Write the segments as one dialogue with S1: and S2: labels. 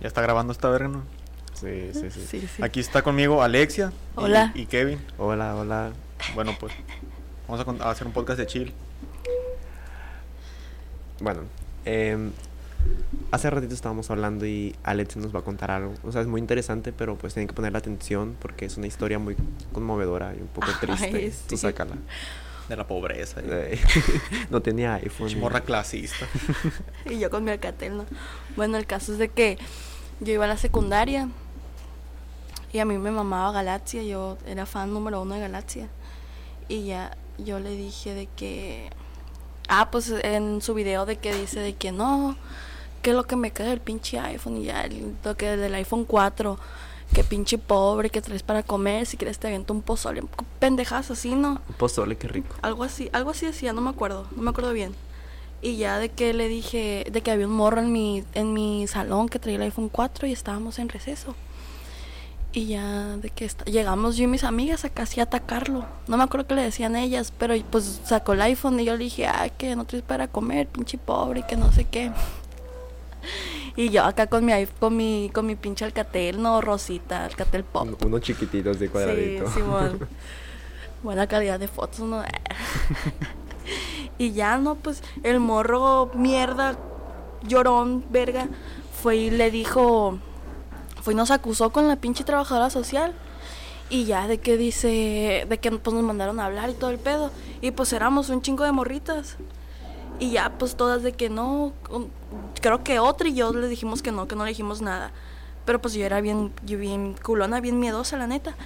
S1: Ya está grabando esta verga, ¿no?
S2: Sí, sí, sí.
S1: Sí, sí. Aquí está conmigo Alexia. y-
S2: Hola.
S1: Y, Kevin.
S2: Hola, hola.
S1: Bueno, pues vamos a con- a hacer un podcast de chill.
S2: Bueno, em, hace ratito estábamos hablando y Alex nos va a contar algo. O sea, es muy interesante, pero pues tienen que poner la atención porque es una historia muy conmovedora y un poco triste. Tú
S1: sí.
S2: sácala.
S1: De la pobreza. y-
S2: Eh, no tenía iPhone.
S1: Morra clasista.
S3: Y yo con mi alcatel, ¿no? Bueno, el caso es de que yo iba a la secundaria y a mí me mamaba Galaxia, yo era fan número uno de Galaxia. Y ya yo le dije de que... Ah, pues en su video de que dice de que no, que lo que me queda del pinche iPhone y ya, el- lo que del iPhone 4, que pinche pobre, que traes para comer, si quieres te aviento un pozole, pendejas así, ¿no?
S2: Pozole, qué rico.
S3: Algo así, algo así decía, no me acuerdo, no me acuerdo bien. Y ya de que le dije, de que había un morro en mi, en mi salón que traía el iPhone 4 y estábamos en receso. Y ya de que esta- llegamos yo y mis amigas a casi atacarlo. No me acuerdo qué le decían ellas, pero pues sacó el iPhone y yo le dije, ah, que no traes para comer, pinche pobre, que no sé qué. Y yo acá con mi, iP- con mi, con mi pinche Alcatel, no, Rosita, Alcatel Pop.
S2: Un- Unos chiquititos de cuadradito.
S3: Sí, Simón. Buena calidad de fotos, ¿no? y ya, ¿no? Pues el morro, mierda, llorón, verga, fue y le dijo, fue y nos acusó con la pinche trabajadora social. Y ya, de que dice, de que pues, nos mandaron a hablar y todo el pedo. Y pues éramos un chingo de morritas. Y ya, pues todas de que no, um, creo que otra y yo le dijimos que no, que no le dijimos nada. Pero pues yo era bien, yo bien culona, bien miedosa, la neta.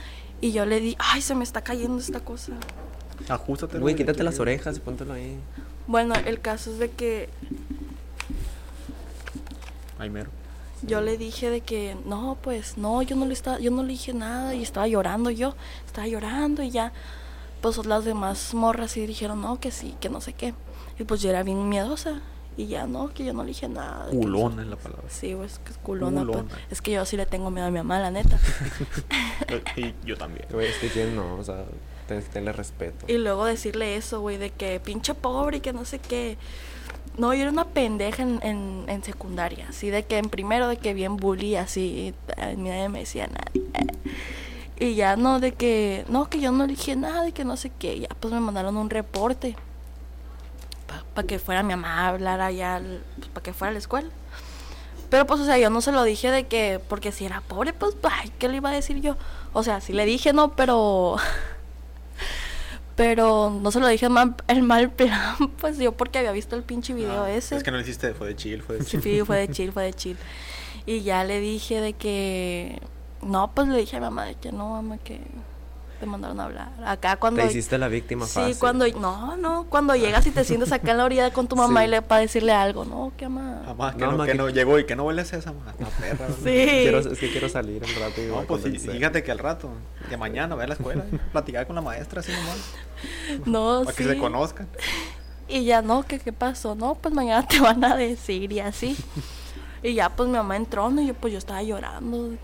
S3: Y yo le di, ay, se me está cayendo esta cosa.
S1: Ajustate.
S2: Güey, quítate las orejas y póntelo ahí.
S3: Bueno, el caso es de que
S1: Ay, mero.
S3: yo le dije de que no, pues no, yo no le estaba, yo no le dije nada y estaba llorando yo, estaba llorando y ya pues las demás morras y dijeron no, que sí, que no sé qué. Y pues yo era bien miedosa y ya no, que yo no le dije nada. que no sé
S1: Culona es la palabra.
S3: Sí, pues que es culona. pues.
S1: Culona.
S3: Es que yo sí le tengo miedo a mi mamá, la neta.
S1: Eh, Y yo también.
S2: Güey, es que quién no, o sea, tienes que tenerle respeto.
S3: Y luego decirle eso, güey, de que pinche pobre y que no sé qué. No, yo era una pendeja en, en, en secundaria, así de que en primero de que bien bully, así, a mí nadie me decía nada. Y ya no, de que, no, que yo no le dije nada, de que no sé qué. Ya pues me mandaron un reporte para que fuera mi mamá a hablar allá, para que fuera a la escuela. Pero pues, o sea, yo no se lo dije de que, porque si era pobre, pues, ay, ¿qué le iba a decir yo? O sea, sí le dije, no, pero... Pero no se lo dije el mal, el mal plan, pues yo porque había visto el pinche video
S1: Ah,
S3: ese.
S1: Es que no lo hiciste, fue de chill, fue de chill.
S3: Sí, fue de chill, fue de chill. Y ya le dije de que... No, pues le dije a mi mamá de que no, mamá, que te mandaron a hablar. Acá cuando...
S2: Te hiciste la víctima
S3: Sí,
S2: fácil.
S3: cuando... No, no, cuando llegas y te sientes acá en la orilla con tu mamá
S2: Sí. Ah,
S3: y le para decirle algo. No, que mamá.
S1: Jamás, que
S2: No,
S1: no,
S2: ma,
S1: que
S2: que-
S1: no llegó y que no huele a esa ma, la perra. ¿verdad?
S3: Sí.
S2: Quiero, es que quiero salir al rato y voy
S1: No,
S2: a
S1: pues sí,
S2: convencer.
S1: fíjate que al rato, que mañana, ve a la escuela, platicar con la maestra así nomás,
S3: No,
S1: para que
S3: sí.
S1: se conozcan.
S3: y ya no, que qué pasó, no, pues mañana te van a decir y así. Y ya pues mi mamá entró, ¿no? y yo pues yo estaba llorando.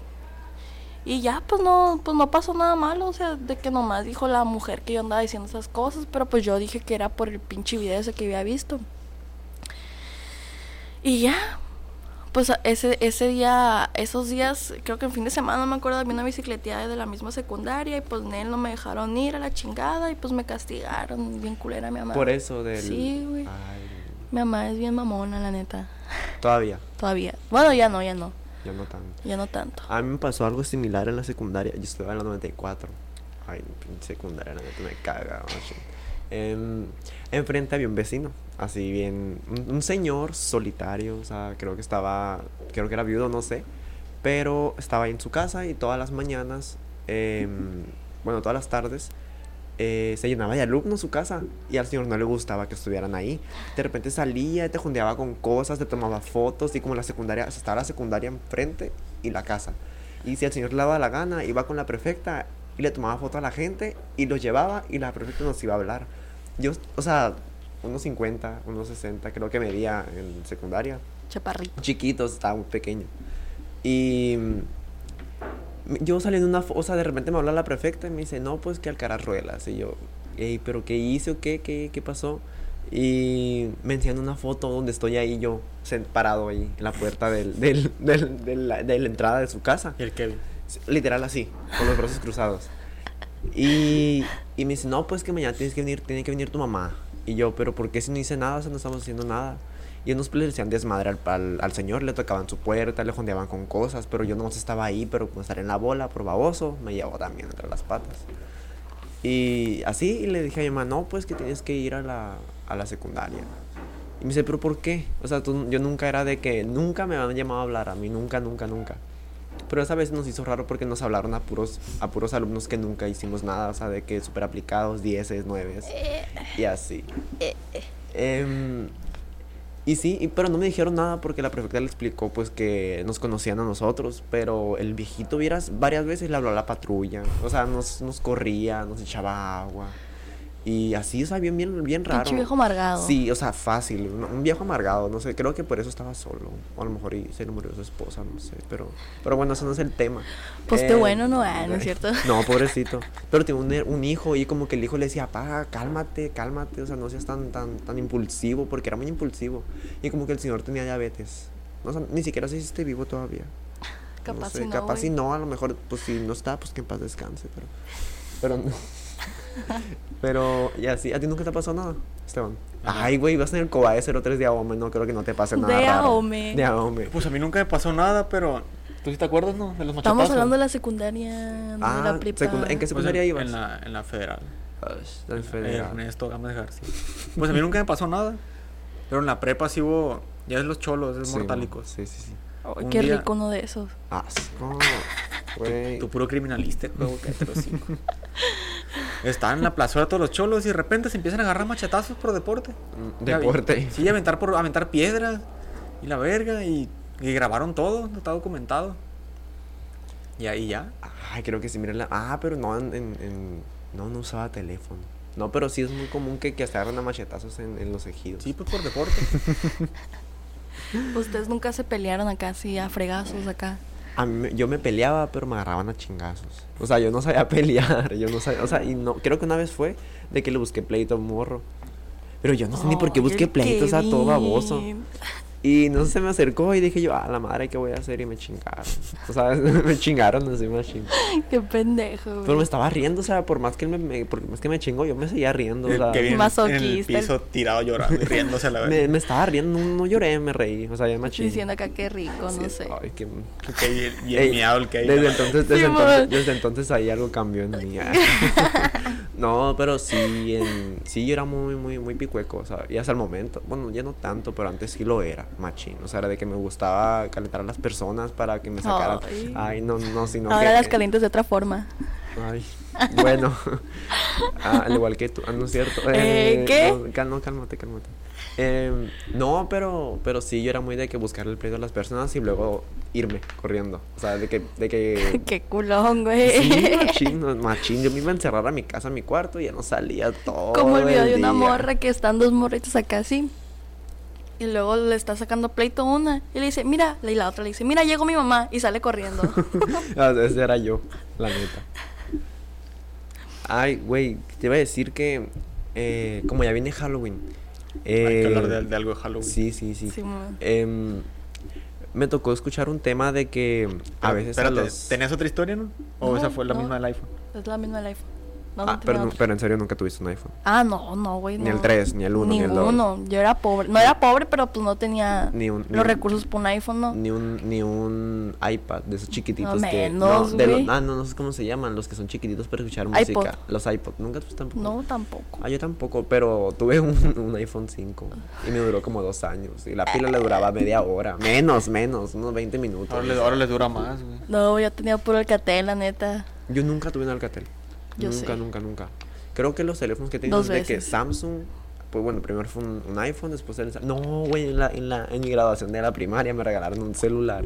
S3: Y ya pues no, pues no pasó nada malo, o sea, de que nomás dijo la mujer que yo andaba diciendo esas cosas, pero pues yo dije que era por el pinche video ese que había visto. Y ya, pues ese, ese día, esos días, creo que en fin de semana, no me acuerdo, había una bicicleteada de la misma secundaria y pues Nel no me dejaron ir a la chingada y pues me castigaron, bien culera mi mamá.
S2: Por eso del...
S3: Sí, güey.
S2: Ay,
S3: Mi mamá es bien mamona, la neta,
S2: todavía,
S3: todavía. Bueno, ya no, ya no,
S2: yo no tanto.
S3: ya no tanto.
S2: A mí me pasó algo similar en la secundaria. Yo estuve en la 94. Ay, pinche secundaria, la neta me caga. macho. Em, enfrente había un vecino, así bien, un, un señor solitario, o sea, creo que estaba, creo que era viudo, no sé, pero estaba ahí en su casa y todas las mañanas, em, bueno, todas las tardes, eh, se llenaba de alumnos su casa y al señor no le gustaba que estuvieran ahí. De repente salía, y te junteaba con cosas, te tomaba fotos y como la secundaria, o sea, estaba la secundaria enfrente y la casa. Y si al señor le daba la gana, iba con la prefecta y le tomaba fotos a la gente y los llevaba y la prefecta nos iba a hablar. Yo, o sea, unos 50, unos 60, creo que medía en secundaria
S3: Chaparrito.
S2: chiquitos, estaba muy pequeño. Y mm, yo salí en una fo- o sea, de repente me habla la prefecta y me dice, no, pues que Alcaraz ruelas. Y yo, "Ey, pero ¿qué hice o qué? ¿Qué, qué pasó? Y me enseñan una foto donde estoy ahí yo, sen- parado ahí, en la puerta del, del- del- de la- de la entrada de su casa.
S1: Y el Kevin.
S2: Literal así, con los brazos cruzados. Y, y me dice, no, pues que mañana tienes que venir, tiene que venir tu mamá. Y yo, pero ¿por qué si no hice nada? O sea, no estamos haciendo nada. Y unos plebes le hacían desmadre al, al, al señor, le tocaban su puerta, le jondeaban con cosas, pero yo nomás estaba ahí, pero como estar en la bola, por baboso, me llevó también entre las patas. Y así, y le dije a mi mamá, no, pues que tienes que ir a la, a la secundaria. Y me dice, pero ¿por qué? O sea, tú- yo nunca era de que, nunca me habían llamado a hablar, a mí nunca, nunca, nunca. Pero esa vez nos hizo raro porque nos hablaron a puros, a puros alumnos que nunca hicimos nada, o sea, de que súper aplicados, 10, 9 y así. Em, y sí, y- pero no me dijeron nada porque la prefecta le explicó pues que nos conocían a nosotros, pero el viejito vieras varias veces le habló a la patrulla, o sea, nos, nos corría, nos echaba agua. Y así, o sea, bien, bien, bien raro.
S3: Pinche viejo amargado.
S2: Sí, o sea, fácil, un, un viejo amargado, no sé, creo que por eso estaba solo, o a lo mejor y se le murió su esposa, no sé, pero, pero bueno, eso no es el tema.
S3: Pues qué bueno, no, ah, ¿no es cierto?
S2: Eh, No, pobrecito. Pero tiene un, her- un hijo y como que el hijo le decía, pa, cálmate, cálmate, o sea, no seas tan, tan, tan impulsivo, porque era muy impulsivo. Y como que el señor tenía diabetes. No, o sea, ni siquiera sé si esté vivo todavía.
S3: Capaz
S2: no sé,
S3: si no,
S2: capaz
S3: güey.
S2: si no, a lo mejor, pues si no está, pues que en paz descanse, pero... Pero no. Pero, y así, ¿a ti nunca te ha pasado nada, Esteban? Ay, güey, vas en el cobae 03 de Ahome, no creo que no te pase nada
S3: De
S2: raro.
S3: Ahome.
S2: De Ahome.
S1: Pues a mí nunca me pasó nada, pero. ¿Tú sí te acuerdas, no? De los machetazos.
S3: Estamos hablando de la secundaria, no
S2: Ah,
S3: de la prepa.
S2: secunda- ¿en qué
S1: Pues
S2: secundaria
S1: en,
S2: ibas?
S1: En la, en la federal.
S2: Ay, del
S1: Eh,
S2: federal.
S1: Ernesto Gámez García. Pues a mí nunca me pasó nada. Pero en la prepa sí hubo. Ya es los cholos, es
S2: Sí,
S1: mortálicos.
S2: Sí, sí, sí.
S3: Ay,
S1: un
S3: qué
S1: día-
S3: rico uno de esos.
S2: Asco. Güey.
S1: Tu puro criminalista, juego que te lo sigo. Estaban en la plazuela todos los cholos y de repente se empiezan a agarrar machetazos por deporte.
S2: Mm,
S1: Y avi-
S2: deporte.
S1: Sí, y aventar por aventar piedras y la verga y, y grabaron todo, está documentado. Y ahí ya.
S2: Ay, creo que sí, miren la. Ah, pero no, en, en- en- No, no usaba teléfono. No, pero sí es muy común que, que se agarran a machetazos en, en los ejidos.
S1: Sí, pues por deporte.
S3: Ustedes nunca se pelearon acá, así a fregazos acá.
S2: A mí me- yo me peleaba, pero me agarraban a chingazos. O sea, yo no sabía pelear. Yo no sabía. O sea, y no. Creo que una vez fue de que le busqué pleito a un morro. Pero yo no sé ni por qué
S3: Ay,
S2: busqué
S3: el
S2: pleitos a todo baboso.
S3: Kevin.
S2: Y no sé, se me acercó y dije yo, ah, la madre, ¿qué voy a hacer? Y me chingaron. O sea, me chingaron, así me chingaron.
S3: Qué pendejo. güey.
S2: Pero me estaba riendo, o sea, por más que él me, me- por más que me chingó, yo me seguía riendo, o sea,
S1: Eh, Que viene en el
S3: Masoquista.
S1: piso tirado llorando, y riéndose a la verga.
S2: me, me estaba riendo, no, no lloré, me reí, o sea, ya me chingó.
S3: Diciendo acá qué rico, no sé.
S2: Ay, qué-
S1: Que bien- bien
S2: Ey,
S1: miado el que
S2: desde entonces, desde,
S3: Sí, mamá.
S2: entonces, desde entonces ahí algo cambió en mí. ah. no, pero sí, en- sí yo era muy, muy, muy picueco, o sea, y hasta el momento, bueno, ya no tanto, pero antes sí lo era, machín, o sea, era de que me gustaba calentar a las personas para que me sacaran.
S3: Ay.
S2: Ay, no, no, sino
S3: Ahora
S2: que-
S3: las calientes de otra forma.
S2: Ay, bueno. Ah, al igual que tú. Ah, no es cierto.
S3: Eh, ¿qué?
S2: No, cal- no, cálmate, cálmate. Em, no, pero, pero sí, yo era muy de que buscarle el pleito a las personas y luego irme corriendo. O sea, de que. De que
S3: Qué culón, güey.
S2: sí, machín, no, machín. Yo me iba a encerrar a mi casa, a mi cuarto y ya no salía todo.
S3: Como el video de una
S2: día.
S3: morra que están dos morritos acá así. Y luego le está sacando pleito a una. Y le dice, mira. Y la otra le dice, mira, llegó mi mamá. Y sale corriendo.
S2: Ah, Ese era yo, la neta. Ay, güey, te iba a decir que eh, como ya viene Halloween.
S4: Hay que hablar
S2: eh,
S4: de, de algo de Halloween.
S2: Sí, sí, sí.
S3: Sí, mamá.
S2: Em, me tocó escuchar un tema de que a
S4: Pero,
S2: veces a
S4: espérate,
S2: los-
S4: ¿tenías otra historia, no? ¿O
S3: No,
S4: esa fue la
S3: no.
S4: misma del iPhone?
S3: es la misma life. No, no
S2: Ah, pero,
S3: tenía
S2: no-
S3: otra.
S2: pero en serio nunca tuviste un iPhone.
S3: Ah, no, no, güey.
S2: Ni el
S3: no.
S2: tres, ni el uno, ni el dos.
S3: Ninguno. Yo era pobre. No era pobre, pero pues no tenía
S2: Ni un- ni
S3: los
S2: un-
S3: recursos para un iPhone, ¿no?
S2: Ni un, ni un iPad de esos chiquititos
S3: No,
S2: que.
S3: menos,
S2: de los-
S3: güey.
S2: ah, no, no sé cómo se llaman, los que son chiquititos para escuchar
S3: iPod.
S2: música. Los iPod. Nunca tuviste tampoco.
S3: No, tampoco.
S2: Ah, yo tampoco, pero tuve un, un iPhone 5 y me duró como dos años. Y la pila le duraba media hora. Menos, menos, unos 20 minutos.
S4: Ahora les, ahora les dura más, güey.
S3: No, yo tenía puro Alcatel, la neta.
S2: Yo nunca tuve un Alcatel.
S3: Yo
S2: nunca,
S3: sé.
S2: nunca, nunca. Creo que los teléfonos que he tenido
S3: Dos
S2: es de que
S3: veces.
S2: Samsung, pues bueno, primero fue un, un iPhone, después el Sa- No, güey, en, la, en, la, en mi graduación de la primaria me regalaron un celular.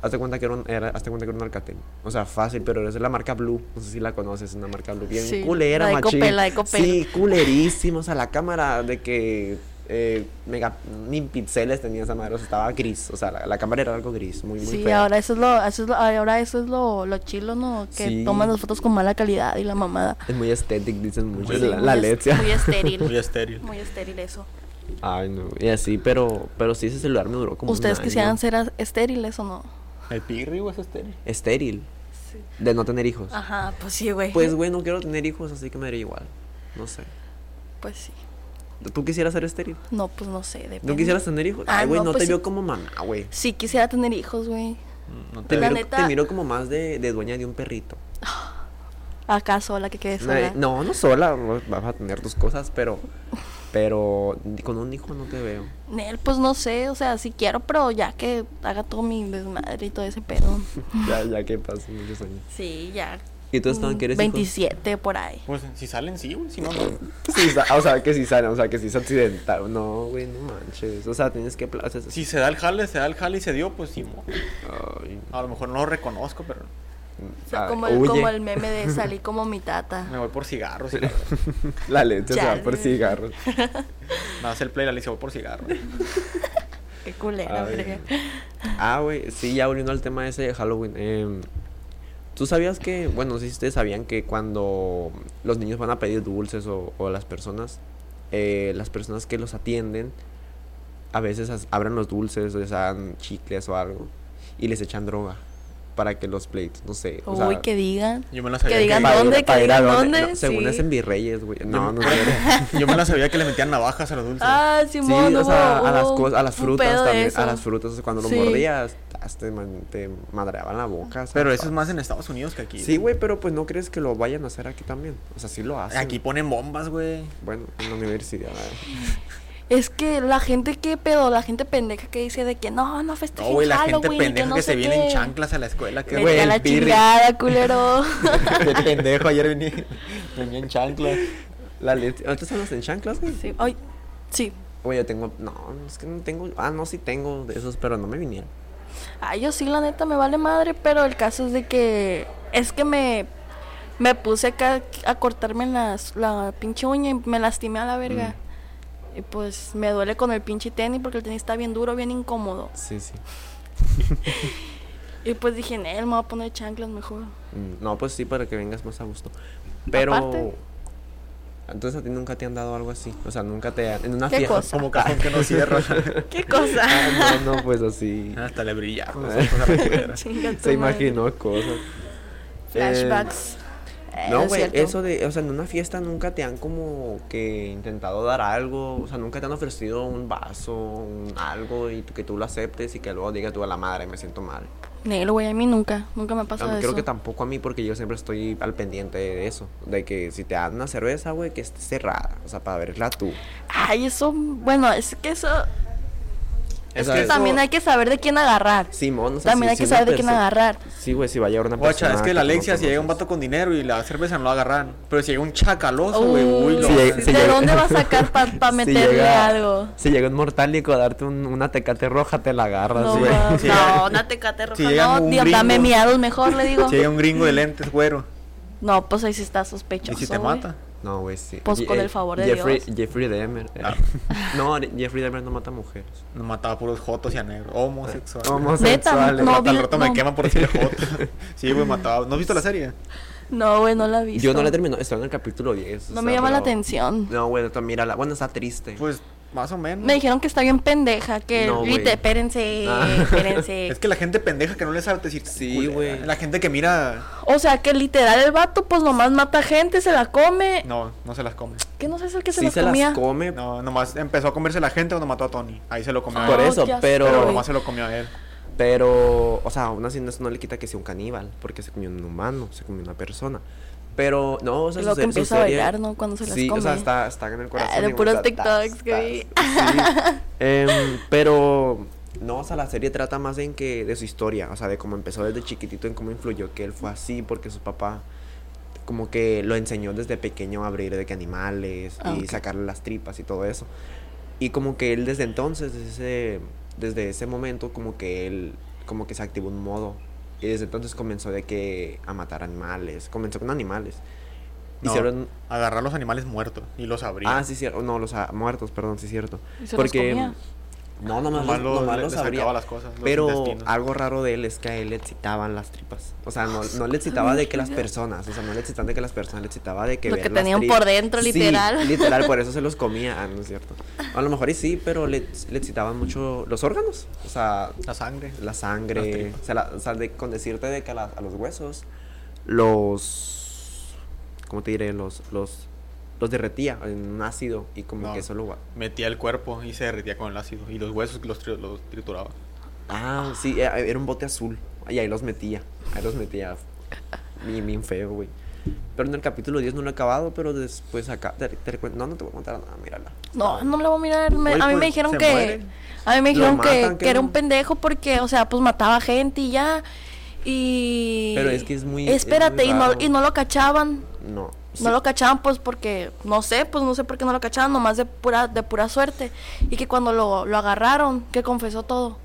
S2: Hazte cuenta que era un, era, hazte cuenta que era un Alcatel. O sea, fácil, pero es de la marca Blue. No sé si la conoces, es una marca Blue. Bien
S3: Sí,
S2: culera,
S3: la de
S2: machín.
S3: Coppel, la de Coppel.
S2: Sí, culerísima. O sea, la cámara de que eh, mega, mil píxeles tenía esa madre. O sea, estaba gris. O sea, la, la cámara era algo gris, muy, muy
S3: Sí,
S2: fea.
S3: ahora eso es lo, eso es lo- ahora eso es lo, lo chilo, ¿no? Que
S2: Sí.
S3: toman las fotos con mala calidad y la mamada.
S2: Es muy estético, dicen mucho.
S3: Sí,
S2: Pues la
S3: muy
S2: la
S3: es-
S2: Alexia.
S3: Muy estéril.
S4: Muy estéril.
S3: Muy estéril eso.
S2: Ay, no, y así, pero, pero sí, ese celular me duró como un
S3: ¿Ustedes
S2: año.
S3: quisieran ser as- estériles o no?
S4: El pirri, güey, es estéril.
S2: Estéril. De no tener hijos.
S3: Ajá, pues sí, güey.
S2: Pues, güey, no quiero tener hijos, así que me daría igual. No sé.
S3: Pues sí.
S2: ¿Tú quisieras ser estéril?
S3: No, pues no sé. Depende.
S2: ¿No quisieras tener hijos?
S3: Ah,
S2: Ay, güey,
S3: no,
S2: no,
S3: pues
S2: te
S3: sí.
S2: veo como mamá, güey.
S3: Sí, quisiera tener hijos, güey.
S4: No te
S2: Te,
S3: La
S2: miro-
S3: neta-
S2: te miro como más de, de dueña de un perrito.
S3: ¿Acaso la que quede sola?
S2: Ay, No, no sola, vas a tener tus cosas, pero... Pero con un hijo no te veo.
S3: Nel, pues no sé, o sea, sí quiero, pero ya que haga todo mi desmadre y todo ese pedo.
S2: Ya, ya que pasan muchos años.
S3: Sí, ya.
S2: ¿Y tú, Esteban,
S3: mm,
S2: quieres hijos?
S3: 27 por ahí.
S4: Pues si salen, sí, güey. Si no, no.
S2: Sí, sa- o sea, que si salen, o sea, que si se accidentaron. No, güey, no manches. O sea, tienes que... pla- o sea,
S4: Si se da el jale, se da el jale y se dio, pues sí. mo.
S2: Ay,
S4: A lo mejor no lo reconozco, pero
S3: O sea,
S2: Ay,
S3: como, el,
S2: Ah, huye.
S3: como el meme de salí como mi tata.
S4: me voy por cigarros. Y la verdad.
S2: La leche se va ah, por
S3: Chale.
S2: cigarros.
S4: me hace el play la le dice, voy por cigarros.
S3: Qué culera,
S2: Ay.
S3: verga.
S2: Ah, güey, sí, ya volviendo al tema ese de Halloween. em, ¿Tú sabías que, bueno, no sé si ustedes sabían que cuando los niños van a pedir dulces o, o las personas, eh, las personas que los atienden, a veces as- abren los dulces, les dan chicles o algo, y les echan droga para que los pleitos, no sé. o sea,
S3: Uy, que digan.
S4: Yo me la
S3: Que
S4: sabía.
S3: digan
S2: para ir-
S3: dónde, que
S2: para ir a
S3: digan
S2: dónde,
S3: dónde.
S2: no, según
S3: sí.
S2: es en Virreyes, güey. No, no, no.
S4: Yo me la sabía que le metían navajas a los dulces.
S3: Ah,
S2: Sí,
S3: Simón,
S2: o sea,
S3: hubo-
S2: a las
S3: hubo
S2: cosas, a las
S3: un pedo
S2: frutas
S3: de
S2: también,
S3: eso.
S2: a las frutas, o sea, cuando lo
S3: Sí.
S2: mordías, tas, te, man- te madreaban la boca. o sea,
S4: pero eso es
S2: todo.
S4: más en Estados Unidos que aquí.
S2: Sí, güey, pero pues no crees que lo vayan a hacer aquí también. O sea, sí lo hacen.
S4: Aquí ponen bombas, güey.
S2: Bueno, en la universidad.
S3: Es que la gente, ¿qué pedo? La gente pendeja que dice de que no, no
S4: No,
S3: festejen
S4: güey, la gente
S3: Halloween y
S4: pendeja que,
S3: no
S4: se
S3: sé
S4: viene en
S3: qué.
S4: chanclas a la escuela. Que,
S3: Vete
S2: güey,
S3: a
S2: el
S3: la
S2: pirri.
S3: chingada, culero.
S4: Qué pendejo, ayer venía, venía en chanclas.
S2: La leche. ¿Ahorita están las en chanclas, güey?
S3: sí, ay, sí.
S2: Güey, yo tengo. No, es que no tengo. Ah, no, sí tengo de esos, pero no me vinieron.
S3: Ay, Ah, yo sí, la neta, me vale madre, pero el caso es de que... Es que me... Me puse acá a cortarme las, la pinche uña y me lastimé a la verga.
S4: Mm.
S3: Y pues me duele con el pinche tenis porque el tenis está bien duro, bien incómodo.
S2: Sí, sí.
S3: Y pues dije, no, me voy a poner chanclas mejor.
S2: Mm, No, pues sí, para que vengas más a gusto. Pero.
S3: Aparte.
S2: Entonces a ti nunca te han dado algo así. O sea, nunca te han. En una
S3: ¿Qué
S2: fiesta.
S3: cosa?
S4: Como cajón que no cierra.
S3: ¿Qué cosa?
S2: Ah, no, no, pues así.
S4: Hasta le brillaron
S2: Pues,
S4: los ojos a la culera.
S3: Chinga tu
S2: Se
S3: madre.
S2: imaginó cosas.
S3: Flashbacks. Eh,
S2: No,
S3: es
S2: güey,
S3: cierto.
S2: eso de, o sea, en una fiesta nunca te han como que intentado dar algo, o sea, nunca te han ofrecido un vaso, un algo y tú- que tú lo aceptes y que luego digas tú a la madre, me siento mal.
S3: Negro, güey, a mí nunca, nunca me ha pasado
S2: Tam-
S3: eso.
S2: creo que tampoco a mí porque yo siempre estoy al pendiente de eso, de que si te dan una cerveza, güey, que esté cerrada, o sea, para verla tú.
S3: Ay, eso, bueno, es que eso Es
S2: O
S3: que
S2: sea,
S3: también hay que saber de quién agarrar.
S2: Simón, o sea,
S3: También
S2: si-
S3: hay que
S2: si una
S3: saber de quién
S2: perso-
S3: agarrar.
S2: Sí, güey, si va a llegar una persona.
S1: Guacha, es que la
S2: tú no
S1: Alexia, si llega un vato con dinero y la cerveza no lo agarran. Pero si llega un chacaloso, güey,
S3: Uh,
S1: uy, lo
S2: Si llega-
S1: agarran.
S3: ¿De
S2: si llega-
S3: dónde va a sacar para
S2: Si
S3: meterle
S2: llega-
S3: algo?
S2: Si llega un mortálico a darte un- una tecate roja, te la agarras,
S3: No,
S2: güey.
S3: va-
S1: Sí.
S3: no, una tecate roja.
S1: Sí, llega
S3: no,
S1: un
S3: di-
S1: gringo.
S3: dame miados mejor, le digo.
S1: Si llega un gringo de lentes, güero.
S3: No, pues ahí sí está sospechoso.
S1: Y si te
S3: güey.
S1: mata.
S2: No, güey, sí.
S3: Pues,
S2: Ye-
S3: con el
S2: eh,
S3: favor de
S2: Jeffrey,
S3: Dios.
S2: Jeffrey Dahmer. eh.
S1: Ah.
S2: No, ne- Jeffrey Dahmer no mata mujeres.
S1: Nos mataba a puros jotos y a negros. Homosexuales.
S2: Homosexuales.
S3: no
S1: Hasta al
S3: vi-
S1: rato
S3: no.
S1: me quema por decirle joto. Sí, güey, mataba. ¿No has visto la serie?
S3: No, güey, no la vi.
S2: Yo no la termino, estoy en el capítulo 10. o
S3: No
S2: sea,
S3: me llama la
S2: pero-
S3: atención.
S2: No, güey, no, mírala. Bueno, está triste.
S1: Pues, más o menos.
S3: Me dijeron que está bien pendeja, que
S2: No, güey.
S3: grite, espérense,
S2: Ah.
S3: espérense.
S1: Es que la gente pendeja que no le sabe decir.
S2: Sí,
S1: culera.
S2: güey.
S1: La gente que mira.
S3: O sea, que literal el vato pues nomás mata gente, se la come.
S1: No, no se las come.
S3: Que no sé si el que se
S2: sí
S3: las
S2: se
S3: comía.
S2: las come.
S1: No, nomás empezó a comerse la gente cuando mató a Tony. Ahí se lo comió.
S3: Ah,
S1: a
S2: Por
S1: él.
S2: eso,
S3: qué asco,
S2: pero-
S1: Pero
S3: güey.
S1: nomás se lo comió a él.
S2: Pero, o sea, aún así no- eso no le quita que sea un caníbal, porque se comió un humano, se comió una persona. Pero, no, o sea,
S3: Y luego
S2: su
S3: que
S2: se- su
S3: empieza a
S2: serie-
S3: bailar, ¿no? Cuando se las
S2: sí, o sea,
S3: come.
S2: está, está en el corazón.
S3: Ah, de
S2: y, güey,
S3: puros
S2: está- está-
S3: TikToks que
S2: está- sí. Em, pero, no, o sea, la serie trata más en que de su historia, o sea, de cómo empezó desde chiquitito, en cómo influyó que él fue así, porque su papá como que lo enseñó desde pequeño a abrir de que animales
S3: Ah,
S2: y
S3: ok.
S2: sacarle las tripas y todo eso. Y como que él desde entonces, desde ese, desde ese momento, como que él, como que se activó un modo. Y desde entonces comenzó de que a matar animales, comenzó con animales.
S1: No,
S2: Hicieron...
S1: Agarrar los animales muertos y los abrir.
S2: Ah, sí, cierto. No, los ah, muertos, perdón, sí, cierto.
S3: ¿Y se los
S2: Porque...
S3: comía?
S2: No, nomás,
S1: Nomás
S2: los,
S1: lo-
S2: nomás
S1: le-
S2: los
S1: le
S2: abría.
S1: sacaba las cosas, los
S2: pero
S1: intestinos.
S2: algo raro de él es que a él le excitaban las tripas. O sea, no,
S3: Ah,
S2: no le excitaba de que las personas, o sea, no le excitaban de que las personas, le excitaba de que
S3: Lo
S2: ver
S3: que
S2: las
S3: tenían
S2: tripas.
S3: por dentro,
S2: Sí,
S3: literal.
S2: literal, por eso se los comía, ah, ¿no es cierto? A lo mejor y sí, pero le, le excitaban mucho los órganos, o sea,
S1: La sangre.
S2: la
S1: Las
S2: sangre,
S1: tripas.
S2: o sea, la- o sea, de- con decirte de que a, la- a los huesos, los, ¿cómo te diré? Los, los, los derretía en un ácido y como
S1: No.
S2: que eso lo... gua-
S1: Metía el cuerpo y se derretía con el ácido. Y los huesos los, tri- los trituraba.
S2: Ah, sí, era era un bote azul. Y ahí los metía. Ahí los metía. Bien, bien feo, güey. Pero en el capítulo 10 no lo he acabado, pero después acá. Te, te recuerdo- no, no te voy a contar nada, mírala.
S3: No, no lo voy a mirar. me-
S1: Güey,
S3: a mí
S1: pues,
S3: me dijeron
S1: se
S3: que.
S1: mueren.
S3: A mí me
S2: Lo
S3: dijeron que,
S2: matan,
S3: que
S2: ¿qué
S3: era
S2: no?
S3: un pendejo porque, o sea, pues mataba gente y ya. Y.
S2: Pero es que es muy- es
S3: Espérate,
S2: muy
S3: y, no,
S2: raro.
S3: y no lo cachaban.
S2: No. sí.
S3: No lo cachaban, pues porque. No sé, pues no sé por qué no lo cachaban, nomás de pura, de pura suerte. Y que cuando lo, lo agarraron, que confesó todo.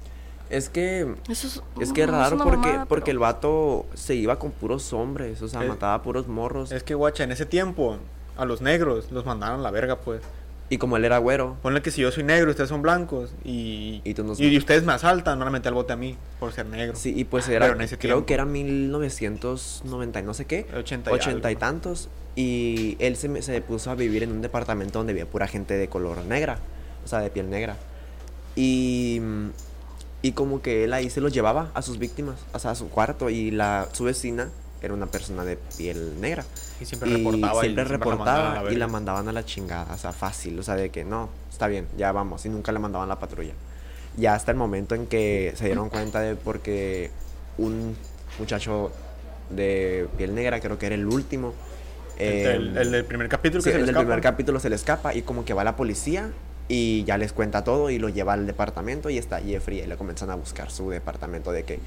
S2: Es que.
S3: Eso es.
S2: Es que es
S3: una
S2: raro porque,
S3: mamada,
S2: porque el
S3: pero-
S2: vato se iba con puros hombres. O sea,
S1: Es-
S2: mataba a puros morros.
S1: Es que, guacha, en ese tiempo a los negros los mandaron a la verga, pues.
S2: Y como él era güero.
S1: Ponle que si yo soy negro y ustedes son blancos y,
S2: Y tú nos-
S1: y ustedes me asaltan, me van a meter el bote a mí por ser negro.
S2: Sí, y pues era.
S1: Pero en ese
S2: creo
S1: tiempo.
S2: que era 1990 y no sé qué.
S1: Ochenta y
S2: ochenta y
S1: algo.
S2: tantos. Y él se, me- se puso a vivir en un departamento donde había pura gente de color negra. O sea, de piel negra. Y. mm, Y como que él ahí se los llevaba a sus víctimas, o sea, a su cuarto. Y la, su vecina era una persona de piel negra.
S1: Y siempre reportaba y
S2: siempre
S1: siempre la
S2: reportaba
S1: mandaban a la
S2: y la
S1: verga.
S2: mandaban a la chingada. O sea, fácil. O sea, de que no, está bien, ya vamos. Y nunca le mandaban la patrulla. Ya hasta el momento en que se dieron cuenta de porque un muchacho de piel negra, creo que era el último.
S1: El, el-
S2: eh,
S1: el del primer capítulo
S2: Sí,
S1: que se
S2: el
S1: le
S2: del
S1: escapa.
S2: primer capítulo se le escapa y como que va la policía y ya les cuenta todo y lo lleva al departamento y está Jeffrey y le comienzan a buscar su departamento de que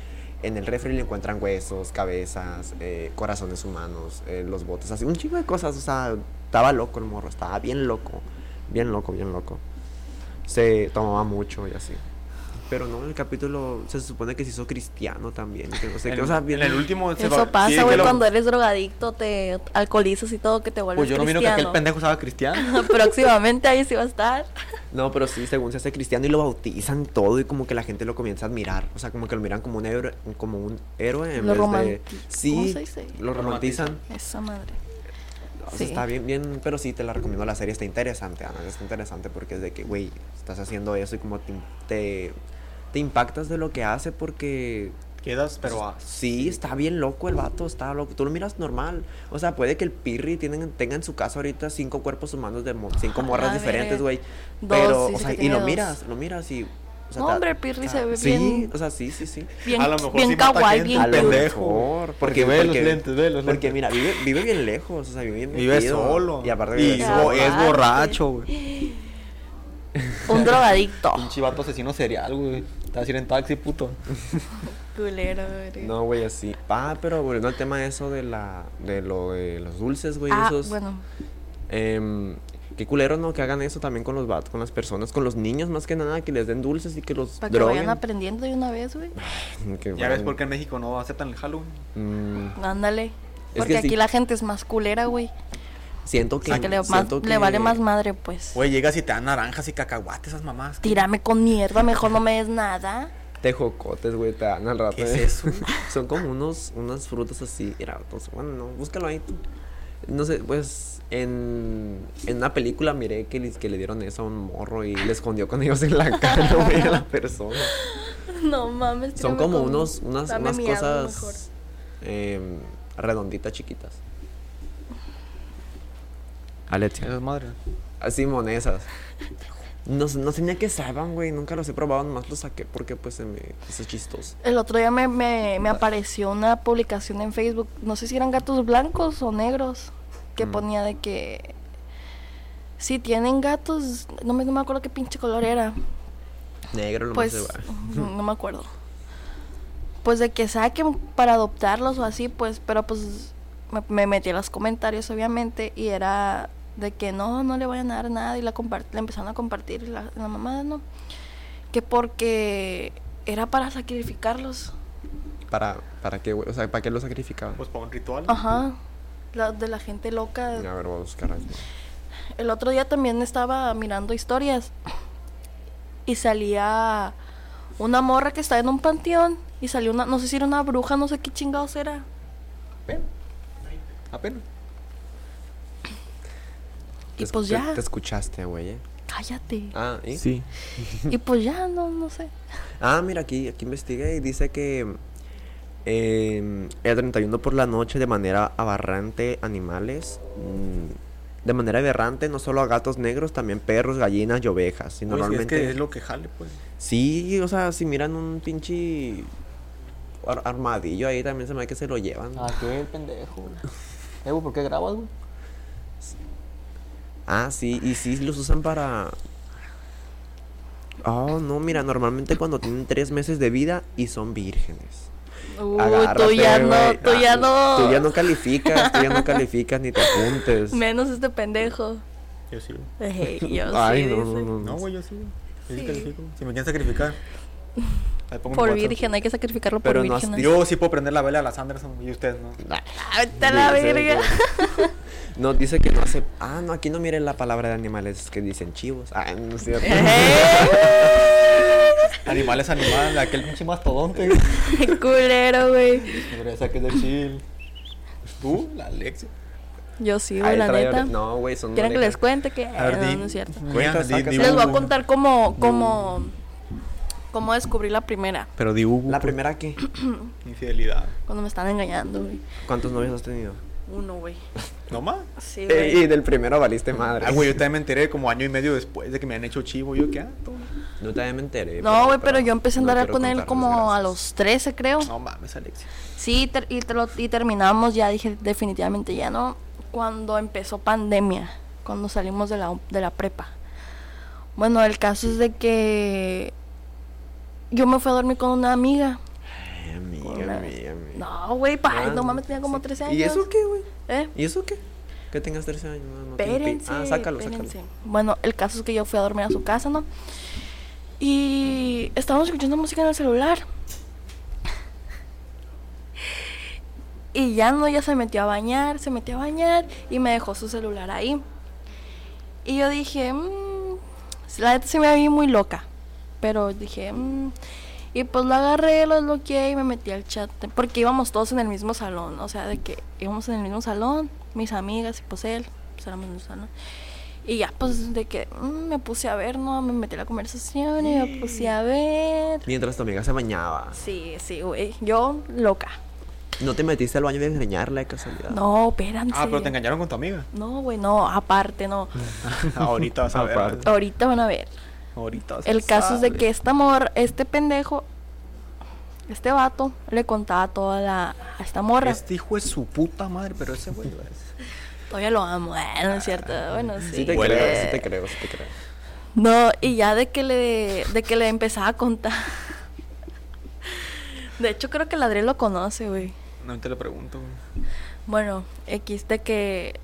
S2: en el refri le encuentran huesos, cabezas, eh, corazones humanos, eh, los botes, así un chingo de cosas, o sea, estaba loco el morro, estaba bien loco, bien loco, bien loco. Se tomaba mucho y así. Pero no, en el capítulo se supone que se hizo cristiano también, que no sé
S1: En,
S2: qué, o sea, bien-
S1: en el último se va-
S3: Eso
S1: sí,
S3: pasa,
S1: que
S3: güey,
S1: lo-
S3: cuando eres drogadicto, te alcoholizas y todo, que te vuelves
S1: Pues yo no miro que aquel
S3: cristiano.
S1: pendejo estaba cristiano.
S3: Próximamente ahí sí va a estar.
S2: No, pero sí, según se hace cristiano y lo bautizan todo y como que la gente lo comienza a admirar. O sea, como que lo miran como un héroe, como un héroe en
S3: Lo
S2: vez de...
S3: romanti-
S2: Sí,
S3: ¿cómo se dice?
S2: lo romantizan.
S3: Esa madre.
S2: O sea,
S3: Sí.
S2: Está bien, bien, pero sí, te la recomiendo la serie, está interesante, Ana, está interesante porque es de que, güey, estás haciendo eso y como te, te, te impactas de lo que hace porque...
S1: Quedas, pero ah,
S2: Sí, está bien loco el vato, está loco. Tú lo miras normal. O sea, puede que el Pirri tienen- tenga en su casa ahorita cinco cuerpos humanos de mo- cinco morras
S3: la
S2: diferentes,
S3: verga.
S2: güey.
S3: Dos,
S2: Pero,
S3: dice
S2: o
S3: que
S2: sea, y
S3: tiene
S2: lo
S3: dos.
S2: miras, lo miras y. O sea,
S3: No,
S2: te-
S3: hombre, el Pirri se ve
S2: sí,
S3: bien-
S2: o sea, sí, sí, sí.
S3: Bien,
S1: a lo mejor
S3: bien
S1: sí mata
S3: kawaii,
S1: gente,
S3: bien
S1: a lo
S3: cool.
S1: mejor.
S2: Mejor,
S1: Porque ve los lentes, ve los
S2: Porque
S1: lentes.
S2: mira, vive, vive bien lejos, o sea, vive bien
S1: Vive
S2: metido.
S1: solo.
S2: Y aparte
S1: Y
S2: vive
S1: es,
S3: solo.
S1: bo- es borracho, güey.
S3: Un drogadicto.
S4: Pinche vato asesino serial, güey. Te vas a ir en taxi, puto.
S3: Culero, güey.
S2: No, güey, así. Ah, pero volviendo al tema de eso de la de lo de los dulces, güey,
S3: Ah,
S2: esos.
S3: bueno.
S2: em, qué culero, ¿no? Que hagan eso también con los vatos, con las personas, con los niños más que nada, que les den dulces y que los
S3: Para que
S2: droguen.
S3: vayan aprendiendo de una vez, güey.
S2: Que
S1: Ya ves
S2: vayan-
S1: por qué en México no aceptan el Halloween.
S2: Mm,
S3: Ándale.
S2: que
S3: Porque
S2: sí.
S3: aquí la gente es más culera, güey.
S2: siento
S3: O
S2: que,
S3: sea, que le, más-
S2: siento
S3: le vale
S2: que-
S3: más madre, pues.
S1: Güey, llegas y te dan naranjas y cacahuates, esas mamás. ¿Qué
S3: Tírame con mierda, mejor no me des nada.
S2: Tejocotes, güey, te dan al rato.
S1: ¿Qué es
S2: ¿eh?
S1: eso?
S2: Son como unos, unas frutas así. Era, entonces, bueno, no, búscalo ahí tú. No sé, pues en, en una película miré que, le- que le dieron eso a un morro y le escondió con ellos en la cara, güey, a la persona.
S3: No mames. tírame
S2: Son como
S3: con-
S2: unos, unas,
S3: dame
S2: unas
S3: miado,
S2: cosas em, redonditas, chiquitas. Alexia.
S1: Esas madres.
S2: Así monesas. Ah, No, sé- no tenía que saben, güey. Nunca los he probado, nomás los saqué porque pues se me hizo chistoso.
S3: El otro día me, me- me apareció una publicación en Facebook, no sé si eran gatos blancos o negros, que ponía de que si tienen gatos, no me, no me acuerdo qué pinche color era,
S2: Negro lo
S3: pues
S2: más se va.
S3: no me acuerdo. Pues de que saquen para adoptarlos o así, pues, pero pues me, me metí a los comentarios obviamente y era de que no, no le vayan a dar nada y la, compar- la empezaron a compartir y la, la mamada no, que porque era para sacrificarlos.
S2: ¿Para, para qué, güey? O sea, ¿para qué lo sacrificaban?
S1: Pues para un ritual.
S3: Ajá. La, de la gente loca.
S2: a ver, voy a buscar algo.
S3: El otro día también estaba mirando historias y salía una morra que estaba en un panteón y salió una, no sé si era una bruja, no sé qué chingados era.
S1: Apenas.
S3: Y
S2: Te
S3: pues
S2: escu- te-
S3: ya,
S2: Te escuchaste, güey, ¿eh?
S3: cállate.
S2: Ah, ¿y?
S1: Sí.
S3: Y pues ya, no, no sé.
S2: Ah, mira, aquí, aquí investigué y dice que eh, el 31 por la noche de manera aberrante animales. mm, de manera aberrante no solo a gatos negros, también perros, gallinas y ovejas.
S1: Pues,
S2: Y
S1: es
S2: normalmente...
S1: que es lo que jale, pues.
S2: Sí, o sea, si miran un pinche ar- armadillo ahí también se me ve que se lo llevan.
S4: Ah, qué pendejo.
S1: Eh,
S4: Evo, ¿por qué grabas, güey?
S2: Ah, sí, y sí los usan para... Oh, no, mira, normalmente cuando tienen tres meses de vida y son vírgenes.
S3: Uy, tú
S2: Agárrate,
S3: ya no,
S2: güey. Ah,
S3: tú ya no.
S2: Tú ya no calificas, tú ya no calificas ni te apuntes.
S3: Menos este pendejo.
S1: Yo sí, güey.
S3: Ey, yo
S2: Ay,
S3: sí,
S2: no,
S3: dice.
S2: no, no,
S1: No,
S2: no.
S1: güey, yo sí, güey. Yo sí
S3: Sí.
S1: califico. Si me quieren sacrificar. ahí pongo mi
S3: Por
S1: WhatsApp.
S3: virgen, hay que sacrificarlo por
S2: Pero no has-
S3: virgen.
S1: Yo sí puedo prender la vela a las Anderson y ustedes no.
S3: Ah, vete a la
S2: Dice
S3: verga.
S2: que- No, dice que no hace... Ah, no, aquí no miren la palabra de animales, es que dicen chivos. Ah, no es cierto.
S1: Animales animales, aquel pinche mastodonte.
S3: Ey, culero, güey.
S1: Podría sacar de chill. Tú, la Alexia.
S3: Yo sí,
S2: Ahí
S3: güey, la
S2: trae
S3: neta.
S2: ore- No, güey, son
S3: ¿Quieren que les
S2: orejas.
S3: cuente que eh, no,
S1: di-
S3: no es cierto?
S2: Cuenta,
S1: di-
S2: saca,
S1: di
S2: saca.
S3: Les voy a
S1: Hugo.
S3: contar cómo cómo cómo descubrí la primera
S1: Pero di Hugo,
S2: ¿La
S1: pues.
S2: primera qué?
S1: Infidelidad.
S3: cuando me están engañando, güey.
S2: ¿Cuántos novios has tenido?
S3: Uno, güey.
S1: ¿No más?
S3: Sí,
S2: Eh,
S3: güey.
S2: y del primero valiste madre.
S1: Ah, güey, yo también me enteré como año y medio después de que me han hecho chivo. Yo, ¿qué? Ah, tú.
S2: No también me enteré.
S3: No, güey, pero yo empecé a
S2: no
S3: andar
S2: quiero
S3: con él
S2: contar
S3: como a
S2: desgracias.
S3: los 13, creo.
S1: No mames, Alexia.
S3: Sí, ter- y, te lo- y terminamos ya, dije, definitivamente ya no. Cuando empezó pandemia, cuando salimos de la, de la prepa. Bueno, el caso es de que yo me fui a dormir con una amiga.
S2: Ay,
S3: con
S2: amiga,
S3: una-
S2: amiga, amiga.
S3: No, güey, pa, ay,
S2: Ah,
S3: no mames, tenía como 13 años.
S2: ¿Y eso qué, güey?
S3: ¿Eh?
S2: ¿Y eso qué? Que tengas 13 años. No, no tiene pi-
S3: Espérense,
S2: Ah, sácalo,
S3: espérense.
S2: sácalo.
S3: Bueno, el caso es que yo fui a dormir a su casa, ¿no? Y estábamos escuchando música en el celular. Y ya no, ya se metió a bañar, se metió a bañar y me dejó su celular ahí. Y yo dije, "Mm". la neta se me vi muy loca. Pero dije, "Mm". y pues lo agarré, lo desbloqueé y me metí al chat. Porque íbamos todos en el mismo salón. O sea, de que íbamos en el mismo salón, mis amigas y pues él, pues éramos en el salón. Y ya, pues de que "Mm", me puse a ver, ¿no? Me metí a la conversación y me puse a ver.
S2: Mientras tu amiga se bañaba.
S3: Sí, sí, güey. Yo loca.
S2: ¿No te metiste al baño de engañarla de casualidad?
S3: No, espérense.
S1: Ah, pero te engañaron con tu amiga.
S3: No, güey, no, aparte, no.
S1: Ahorita vas a ver.
S2: Aparte.
S3: Ahorita van a ver.
S1: Ahorita vas a
S3: El caso es de
S1: saber.
S3: que esta morra, este pendejo, este vato, le contaba toda la. a esta morra.
S1: Este hijo es su puta madre, pero ese güey. güey, es-
S3: Todavía lo amo, eh, ¿no es cierto? Bueno, sí.
S2: Ah, Sí te
S3: güey.
S2: creo, sí te creo, sí te creo.
S3: No, y ya de que le, de que le empezaba a contar. De hecho, creo que el Adriel lo conoce, güey.
S1: No te lo pregunto, güey.
S3: Bueno, X de que